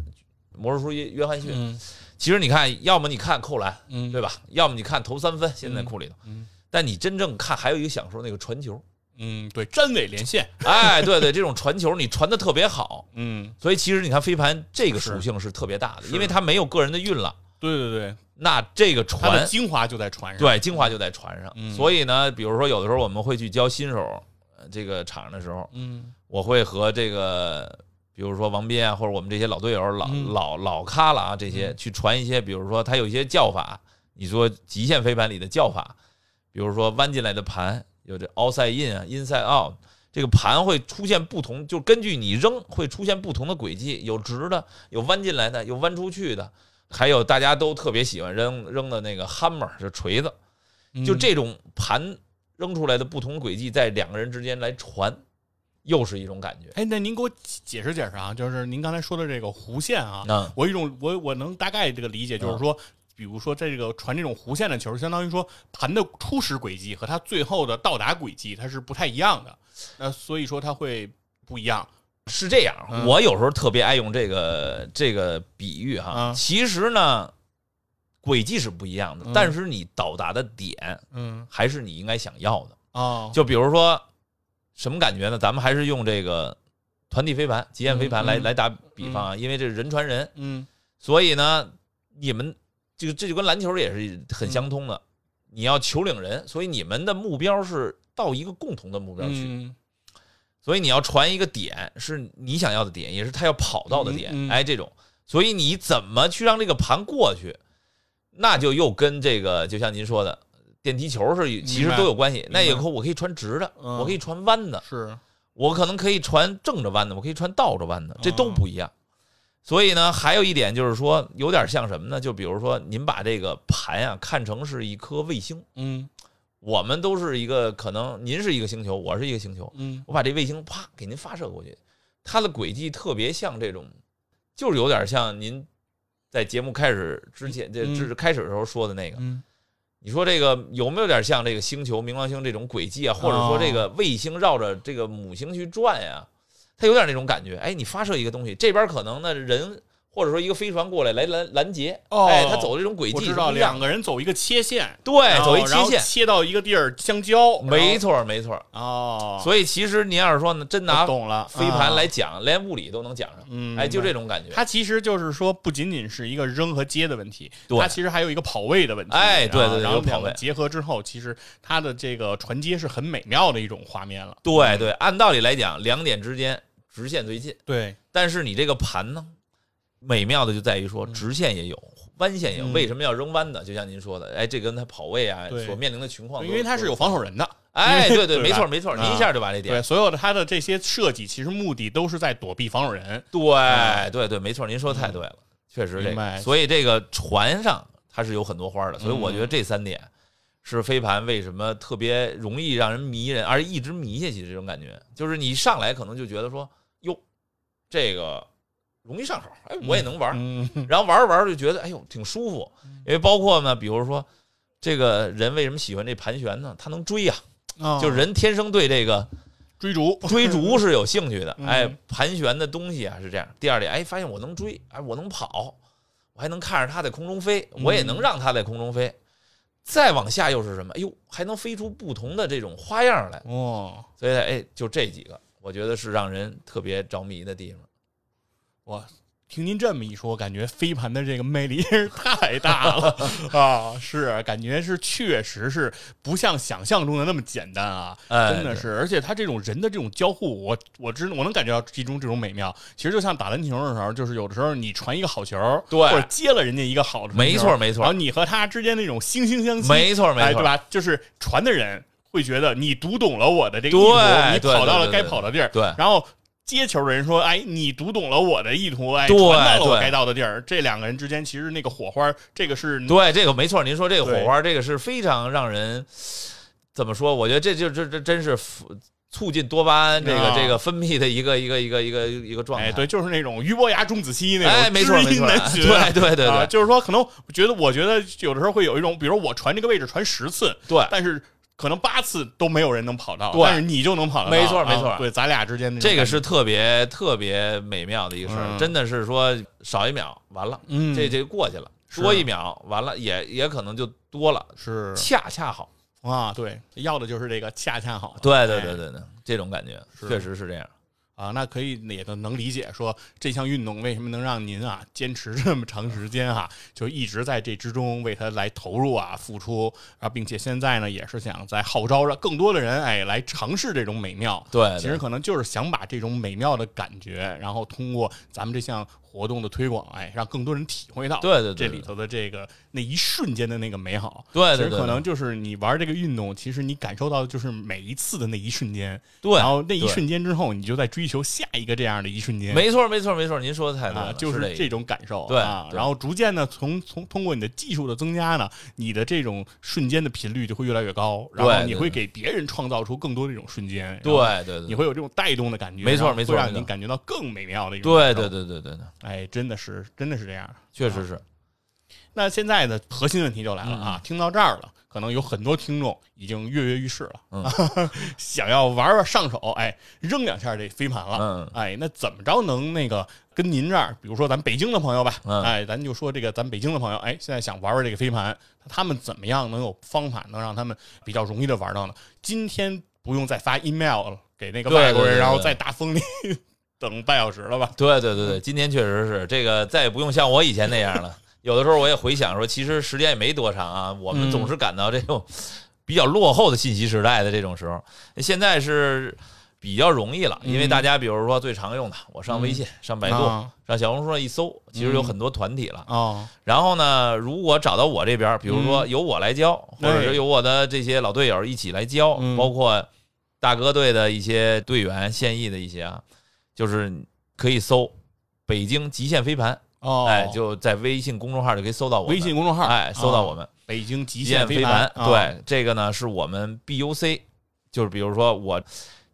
Speaker 2: 魔术师约约翰逊。
Speaker 1: 嗯
Speaker 2: 其实你看，要么你看扣篮，
Speaker 1: 嗯
Speaker 2: 对吧？要么你看投三分，现在
Speaker 1: 嗯
Speaker 2: 库里头。
Speaker 1: 嗯
Speaker 2: 但你真正看，还有一个享受那个传球，
Speaker 1: 嗯，对，站尾连线，
Speaker 2: 哎，对对，这种传球你传的特别好，
Speaker 1: 嗯，
Speaker 2: 所以其实你看飞盘这个
Speaker 1: 是
Speaker 2: 属性是特别大的，
Speaker 1: 是
Speaker 2: 因为它没有个人的运了，
Speaker 1: 对对对，
Speaker 2: 那这个
Speaker 1: 它的
Speaker 2: 传
Speaker 1: 精华就在船上，
Speaker 2: 对精华就在船上。
Speaker 1: 嗯
Speaker 2: 所以呢，比如说有的时候我们会去教新手呃这个场的时候，
Speaker 1: 嗯
Speaker 2: 我会和这个比如说王斌啊，或者我们这些老队友、老、
Speaker 1: 嗯
Speaker 2: 老老咖了啊，这些去传一些，比如说他有一些叫法，你说极限飞盘里的叫法，比如说弯进来的盘，有这 outside in 啊，inside out。这个盘会出现不同，就根据你扔会出现不同的轨迹，有直的，有弯进来的，有弯出去的，还有大家都特别喜欢扔扔的那个 hammer，就锤子，
Speaker 1: 嗯
Speaker 2: 就这种盘扔出来的不同轨迹，在两个人之间来传，又是一种感觉。
Speaker 1: 哎，那您给我解释解释啊，就是您刚才说的这个弧线啊，
Speaker 2: 嗯
Speaker 1: 我有一种我我能大概这个理解，就是说，比如说这个传这种弧线的球，相当于说盘的初始轨迹和它最后的到达轨迹它是不太一样的，那所以说它会不一样，，
Speaker 2: 是这样，
Speaker 1: 嗯
Speaker 2: 我有时候特别爱用这个这个比喻哈。
Speaker 1: 嗯
Speaker 2: 其实呢，轨迹是不一样的，
Speaker 1: 嗯
Speaker 2: 但是你到达的点
Speaker 1: 嗯
Speaker 2: 还是你应该想要的。
Speaker 1: 哦，
Speaker 2: 就比如说什么感觉呢？咱们还是用这个团体飞盘、极限飞盘
Speaker 1: 嗯
Speaker 2: 来、
Speaker 1: 嗯
Speaker 2: 来打比方啊，因为这人传人，
Speaker 1: 嗯
Speaker 2: 所以呢，你们这个这就跟篮球也是很相通的。你要球领人，所以你们的目标是到一个共同的目标去。
Speaker 1: 嗯
Speaker 2: 所以你要传一个点，是你想要的点，也是他要跑到的点，
Speaker 1: 嗯嗯
Speaker 2: 哎，这种，所以你怎么去让这个盘过去，那就又跟这个，就像您说的，电踢球是有其实都有关系。
Speaker 1: 白
Speaker 2: 那有可我可以传直的，
Speaker 1: 嗯
Speaker 2: 我可以传弯的，
Speaker 1: 是
Speaker 2: 我可能可以传正着弯的，我可以传倒着弯的，这都
Speaker 1: 哦
Speaker 2: 不一样。所以呢，还有一点就是说，有点像什么呢？就比如说，您把这个盘啊看成是一颗卫星，
Speaker 1: 嗯
Speaker 2: 我们都是一个可能，您是一个星球，我是一个星球，
Speaker 1: 嗯
Speaker 2: 我把这卫星啪给您发射过去，它的轨迹特别像这种，就是有点像您在节目开始之前，这
Speaker 1: 嗯
Speaker 2: 这开始的时候说的那个。
Speaker 1: 嗯
Speaker 2: 你说这个有没有点像这个星球冥王星这种轨迹啊，或者说
Speaker 1: 哦
Speaker 2: 这个卫星绕着这个母星去转呀、它有点那种感觉。哎，你发射一个东西，这边可能呢人或者说一个飞船过来来拦拦截，
Speaker 1: 哦
Speaker 2: 哎，它走这种轨
Speaker 1: 我
Speaker 2: 迹是
Speaker 1: 知
Speaker 2: 不
Speaker 1: 道
Speaker 2: 一
Speaker 1: 两
Speaker 2: 样的，
Speaker 1: 个人走一个切线，
Speaker 2: 对，走一
Speaker 1: 然
Speaker 2: 切
Speaker 1: 后
Speaker 2: 线，
Speaker 1: 切到一个地儿相交，
Speaker 2: 没
Speaker 1: 错
Speaker 2: 错没错。
Speaker 1: 哦，
Speaker 2: 所以其实您要是说呢，真拿
Speaker 1: 我懂了，
Speaker 2: 飞
Speaker 1: 啊
Speaker 2: 盘来讲，连物理都能讲上。
Speaker 1: 嗯，
Speaker 2: 哎，就
Speaker 1: 明白
Speaker 2: 这。种感觉。
Speaker 1: 它其实就是说，不仅仅是一个扔和接的问题，
Speaker 2: 对
Speaker 1: 它其实还有一个跑位的问题。
Speaker 2: 哎对对对
Speaker 1: 然后
Speaker 2: 有跑
Speaker 1: 两个
Speaker 2: 位
Speaker 1: 结合之后，其实它的这个传接是很美妙的一种画面了。
Speaker 2: 对对，按道理来讲，两点之间直线最近，
Speaker 1: 对，
Speaker 2: 但是你这个盘呢，美妙的就在于说，
Speaker 1: 嗯
Speaker 2: 直线也有，弯线也有。为什么要扔弯的？就像您说的，哎，这跟他跑位啊
Speaker 1: 对
Speaker 2: 所面临的情况都，
Speaker 1: 因为它是有防守人的，
Speaker 2: 哎，对
Speaker 1: 对
Speaker 2: 对，
Speaker 1: 吧
Speaker 2: 没错没错，
Speaker 1: 啊
Speaker 2: 您一下就把这
Speaker 1: 对，
Speaker 2: 点，
Speaker 1: 所有的它的这些设计其实目的都是在躲避防守人，
Speaker 2: 对对对，没错，您说太对了，确实这
Speaker 1: 啊嗯明
Speaker 2: 个，
Speaker 1: 白
Speaker 2: 所以这个船上它是有很多花儿的，所以我
Speaker 1: 嗯
Speaker 2: 觉得这三点是飞盘为什么特别容易让人迷人，而一直迷下去这种感觉，就是你一上来可能就觉得说，哟，这个容易上手，哎，我也能玩儿，
Speaker 1: 嗯，
Speaker 2: 然后玩着玩着就觉得哎呦挺舒服，因为包括呢，比如说这个人为什么喜欢这盘旋呢？他能追呀、
Speaker 1: 啊
Speaker 2: 就是人天生对这 个
Speaker 1: 追逐，
Speaker 2: 追逐是有兴趣的。
Speaker 1: 嗯
Speaker 2: 哎，盘旋的东西啊是这样。第二点，哎，发现我能追，哎，我能跑，我还能看着它在空中飞，我也
Speaker 1: 嗯
Speaker 2: 能让它在空中飞。再往下又是什么？哎呦，还能飞出不同的这种花样来。
Speaker 1: 哦，
Speaker 2: 所以哎，就这几个，我觉得是让人特别着迷的地方。
Speaker 1: 哇，听您这么一说，感觉飞盘的这个魅力真是太大 了啊！是，感觉是确实是不像想象中的那么简单啊，
Speaker 2: 哎
Speaker 1: 真的是。而且它这种人的这种交互，我我知我能感觉到其中这种美妙。其实就像打篮球的时候，就是有的时候你传一个好球，
Speaker 2: 对
Speaker 1: 或者接了人家一个好的传球，
Speaker 2: 没错没错
Speaker 1: 然后你和他之间那种惺惺相惜，
Speaker 2: 没错没
Speaker 1: 哎，
Speaker 2: 错
Speaker 1: 对吧？就是传的人。会觉得你读懂了我的这个意图，
Speaker 2: 对
Speaker 1: 你
Speaker 2: 对
Speaker 1: 跑到
Speaker 2: 对
Speaker 1: 了
Speaker 2: 对
Speaker 1: 该
Speaker 2: 对
Speaker 1: 跑的地儿，
Speaker 2: 对
Speaker 1: 然后接球的人说：“哎，你读懂了我的意图，哎，
Speaker 2: 对
Speaker 1: 传到了我
Speaker 2: 对
Speaker 1: 该到的地儿。”这两个人之间其实那个火花，这个是哎
Speaker 2: 对，这个没错，您说这个
Speaker 1: 对
Speaker 2: 火花，这个是非常让人怎么说？我觉得这就这这真是促促进多巴胺这个、
Speaker 1: 啊
Speaker 2: 这个分泌的一个一个一个一个一个状态。
Speaker 1: 哎，对，就是那种俞伯牙钟子期那种
Speaker 2: 哎，没错没
Speaker 1: 知音
Speaker 2: 错，
Speaker 1: 难
Speaker 2: 对
Speaker 1: 寻。
Speaker 2: 对对对、
Speaker 1: 啊，就是说，可能我觉得，我觉得有的时候会有一种，比如我传这个位置传十次，
Speaker 2: 对。
Speaker 1: 但是可能八次都没有人能跑到，
Speaker 2: 哎对
Speaker 1: 但是你就能跑得到。
Speaker 2: 没错
Speaker 1: 啊
Speaker 2: 没错
Speaker 1: 对，咱俩之间那种
Speaker 2: 这个
Speaker 1: 感觉
Speaker 2: 是特别特别美妙的一个事儿，
Speaker 1: 嗯
Speaker 2: 真的是说少一秒完了，
Speaker 1: 嗯，
Speaker 2: 这这过去了；
Speaker 1: 是
Speaker 2: 多一秒完了，也也可能就多了，
Speaker 1: 是
Speaker 2: 恰恰好。
Speaker 1: 啊，对，要的就是这个恰恰好。
Speaker 2: 对对
Speaker 1: 哎
Speaker 2: 对对对，这种感觉
Speaker 1: 是
Speaker 2: 确实是这样。
Speaker 1: 啊，那可以也都能理解，说这项运动为什么能让您啊坚持这么长时间哈、就一直在这之中为它来投入啊付出啊，并且现在呢也是想在号召着更多的人哎来尝试这种美妙。
Speaker 2: 对，呃对
Speaker 1: 其实可能就是想把这种美妙的感觉，然后通过咱们这项活动的推广，哎，让更多人体会到
Speaker 2: 对对对
Speaker 1: 这
Speaker 2: 对
Speaker 1: 里头的这个那一瞬间的那个美好。
Speaker 2: 对
Speaker 1: 其
Speaker 2: 对
Speaker 1: 实
Speaker 2: 对，
Speaker 1: 可能就是你玩这个运动，其实你感受到的就是每一次的那一瞬间，
Speaker 2: 对，
Speaker 1: 然后那一
Speaker 2: 对
Speaker 1: 瞬间之后，你就在追求下一个这样的一瞬间，
Speaker 2: 没错，没错，没错，您说的太对
Speaker 1: 啊
Speaker 2: 了，，
Speaker 1: 就是是
Speaker 2: 这
Speaker 1: 这
Speaker 2: 个
Speaker 1: 种感受，
Speaker 2: 对
Speaker 1: 啊，
Speaker 2: 对
Speaker 1: 然后逐渐的从从通过你的技术的增加呢，你的这种瞬间的频率就会越来越高，然后
Speaker 2: 对
Speaker 1: 你
Speaker 2: 对
Speaker 1: 会给
Speaker 2: 对
Speaker 1: 别人创造出更多的这种瞬间，然后
Speaker 2: 对对
Speaker 1: 你
Speaker 2: 对
Speaker 1: 会有这种带动的感觉，
Speaker 2: 没错
Speaker 1: 然后
Speaker 2: 没错
Speaker 1: 会让
Speaker 2: 没错
Speaker 1: 你感觉到更美妙的一种
Speaker 2: 对
Speaker 1: 感受，
Speaker 2: 对对对对对，
Speaker 1: 哎，真的是真的是这样。
Speaker 2: 确实是，
Speaker 1: 那现在的核心问题就来了
Speaker 2: 嗯
Speaker 1: 啊！听到这儿了，可能有很多听众已经跃跃欲试了，
Speaker 2: 嗯
Speaker 1: 想要玩玩上手，哎，扔两下这飞盘了，
Speaker 2: 嗯
Speaker 1: 哎，那怎么着能那个跟您这儿，比如说咱北京的朋友吧，
Speaker 2: 嗯
Speaker 1: 哎，咱就说这个咱北京的朋友，哎，现在想玩玩这个飞盘，他们怎么样能有方法能让他们比较容易的玩到呢？今天不用再发 email 了给那个
Speaker 2: 对
Speaker 1: 外国人，
Speaker 2: 对对对
Speaker 1: 然后在大风 里等半小时了吧？
Speaker 2: 对对对对，今天确实是这个，再也不用像我以前那样了。有的时候我也回想说，其实时间也没多长啊，我们
Speaker 1: 嗯
Speaker 2: 总是感到这种比较落后的信息时代的这种时候，现在是比较容易了，因为
Speaker 1: 嗯
Speaker 2: 大家比如说最常用的，我上微信、上百度、
Speaker 1: 啊
Speaker 2: 上小红书上一搜，其实有
Speaker 1: 嗯
Speaker 2: 很多团体了。
Speaker 1: 哦，
Speaker 2: 然后呢，如果找到我这边，比如说由我来教，
Speaker 1: 嗯
Speaker 2: 或者是由我的这些老队友一起来教，
Speaker 1: 嗯
Speaker 2: 包括大哥队的一些队员、现役的一些啊，就是可以搜“北京极限飞盘”，
Speaker 1: 哦
Speaker 2: 哎，就在微信公众号就可以搜到我们，
Speaker 1: 微信公众号，
Speaker 2: 哎，搜到我
Speaker 1: 啊
Speaker 2: 们、
Speaker 1: 北京极
Speaker 2: 极限
Speaker 1: 飞
Speaker 2: 盘。
Speaker 1: 啊
Speaker 2: 对，这个呢是我们 BUC，就是比如说我。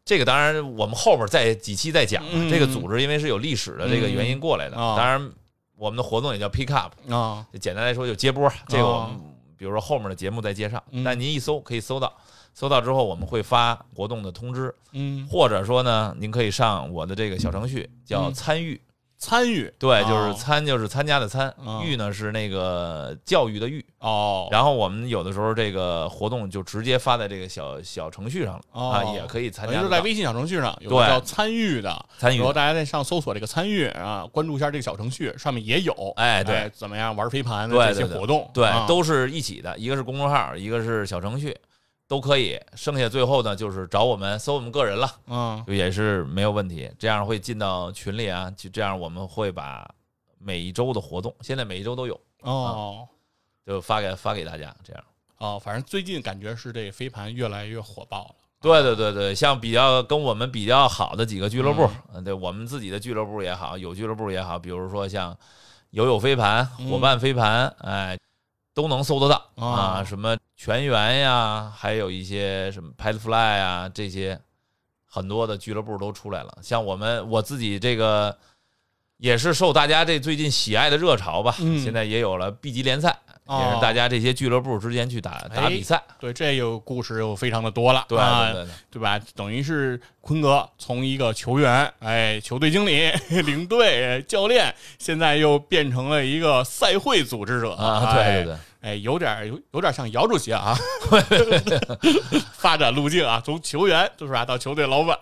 Speaker 2: 这个当然，我们后边再几期再讲啊。
Speaker 1: 嗯
Speaker 2: 这个组织因为是有历史的这个原因过来的，
Speaker 1: 嗯啊
Speaker 2: 当然我们的活动也叫 Pick Up，
Speaker 1: 啊，
Speaker 2: 简单来说就接波，这个我们
Speaker 1: 哦
Speaker 2: 比如说后面的节目再介绍
Speaker 1: 嗯，
Speaker 2: 但您一搜可以搜到，搜到之后我们会发活动的通知，
Speaker 1: 嗯，
Speaker 2: 或者说呢，您可以上我的这个小程序叫
Speaker 1: 嗯
Speaker 2: 参与，
Speaker 1: 参与
Speaker 2: 对，
Speaker 1: 哦
Speaker 2: 就是参就是参加的参
Speaker 1: 哦，
Speaker 2: 育呢是那个教育的育，
Speaker 1: 哦，
Speaker 2: 然后我们有的时候这个活动就直接发在这个小小程序上了
Speaker 1: 哦
Speaker 2: 啊，也可以参
Speaker 1: 等
Speaker 2: 加
Speaker 1: 于
Speaker 2: 得
Speaker 1: 是
Speaker 2: 到
Speaker 1: 在微信小程序上有个
Speaker 2: 对
Speaker 1: 叫参与的，
Speaker 2: 参与
Speaker 1: 然，后大家在上搜索这个参与啊，关注一下这个小程序，上面也有
Speaker 2: 哎对
Speaker 1: 哎，怎么样玩飞盘的
Speaker 2: 对
Speaker 1: 这些
Speaker 2: 对对
Speaker 1: 活动，
Speaker 2: 对
Speaker 1: 啊，
Speaker 2: 都是一起的，一个是公众号，一个是小程序，都可以。剩下最后呢，就是找我们搜我们个人了。
Speaker 1: 嗯
Speaker 2: 也是没有问题。这样会进到群里啊，就这样我们会把每一周的活动，现在每一周都有，啊
Speaker 1: 哦
Speaker 2: 就发给发给大家这样。
Speaker 1: 哦，反正最近感觉是这飞盘越来越火爆了。
Speaker 2: 对对对对，像比较跟我们比较好的几个俱乐部，嗯，对我们自己的俱乐部也好，有俱乐部也好，比如说像友友飞盘、
Speaker 1: 嗯
Speaker 2: 伙伴飞盘，哎，都能搜得到
Speaker 1: 啊
Speaker 2: 啊。什么全员呀，还有一些什么 Pad Fly 啊，这些很多的俱乐部都出来了。像我们我自己这个也是受大家这最近喜爱的热潮吧，
Speaker 1: 嗯
Speaker 2: 现在也有了 B 级联赛，也
Speaker 1: 哦
Speaker 2: 是大家这些俱乐部之间去打打比赛。
Speaker 1: 对，这又故事又非常的多了，
Speaker 2: 对
Speaker 1: 啊
Speaker 2: 对对对。
Speaker 1: 对吧？等于是坤哥从一个球员，哎，球队经理、 领队、教练，现在又变成了一个赛会组织者
Speaker 2: 啊，对对
Speaker 1: 哎
Speaker 2: 对，
Speaker 1: 哎，有点儿有有点像姚主席啊，发展路径啊，从球员就是吧、到球队老板，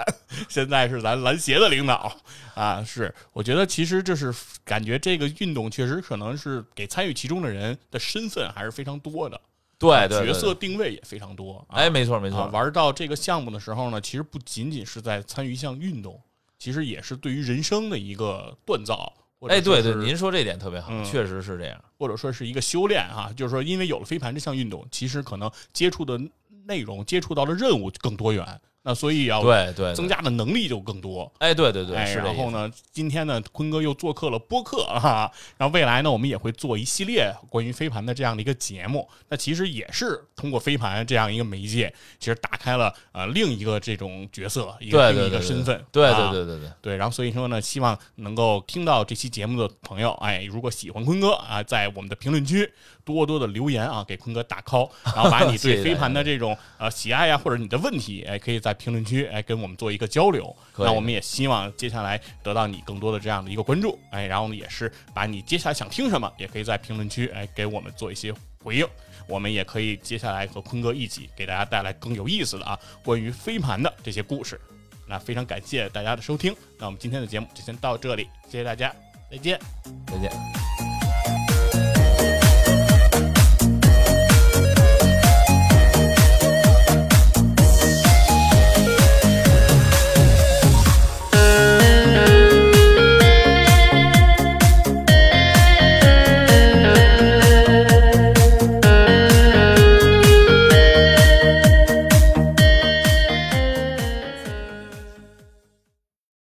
Speaker 1: 现在是咱篮协的领导啊，是，我觉得其实这是感觉这个运动确实可能是给参与其中的人的身份还是非常多的，
Speaker 2: 哎对对对
Speaker 1: 啊角色定位也非常多，啊、
Speaker 2: 哎，没错没
Speaker 1: 啊
Speaker 2: 错，，
Speaker 1: 玩到这个项目的时候呢，其实不仅仅是在参与一项运动，其实也是对于人生的一个锻造，或者
Speaker 2: 哎，
Speaker 1: 说
Speaker 2: 对对，
Speaker 1: 是
Speaker 2: 您说这点特别好，
Speaker 1: 嗯
Speaker 2: 确实是这样。
Speaker 1: 或者说是一个修炼哈、就是说，因为有了飞盘这项运动，其实可能接触的内容、接触到的任务更多元，那所以要
Speaker 2: 对对，对
Speaker 1: 增加的能力就更多。
Speaker 2: 哎，对对对，
Speaker 1: 哎，
Speaker 2: 是这
Speaker 1: 然后
Speaker 2: 意思。
Speaker 1: 呢，今天呢，坤哥又做客了播客哈、啊，然后未来呢，我们也会做一系列关于飞盘的这样的一个节目。那其实也是通过飞盘这样一个媒介，其实打开了呃另一个这种角色，一个
Speaker 2: 对
Speaker 1: 另
Speaker 2: 对
Speaker 1: 一
Speaker 2: 对
Speaker 1: 个
Speaker 2: 对
Speaker 1: 身份，
Speaker 2: 对
Speaker 1: 啊
Speaker 2: 对对对对，
Speaker 1: 对，然后所以说呢，希望能够听到这期节目的朋友，哎，如果喜欢坤哥啊，在我们的评论区多多的留言啊，给坤哥打 call，然后把你
Speaker 2: 谢谢
Speaker 1: 对飞盘的这种呃喜爱呀、或者你的问题，哎，可以在评论区哎跟我们做一个交流。
Speaker 2: 可以
Speaker 1: 那我们也希望接下来得到你更多的这样的一个关注，哎，然后呢，也是把你接下来想听什么，也可以在评论区哎给我们做一些回应。我们也可以接下来和坤哥一起给大家带来更有意思的啊关于飞盘的这些故事。那非常感谢大家的收听，那我们今天的节目就先到这里，谢谢大家，再见。
Speaker 2: 再见。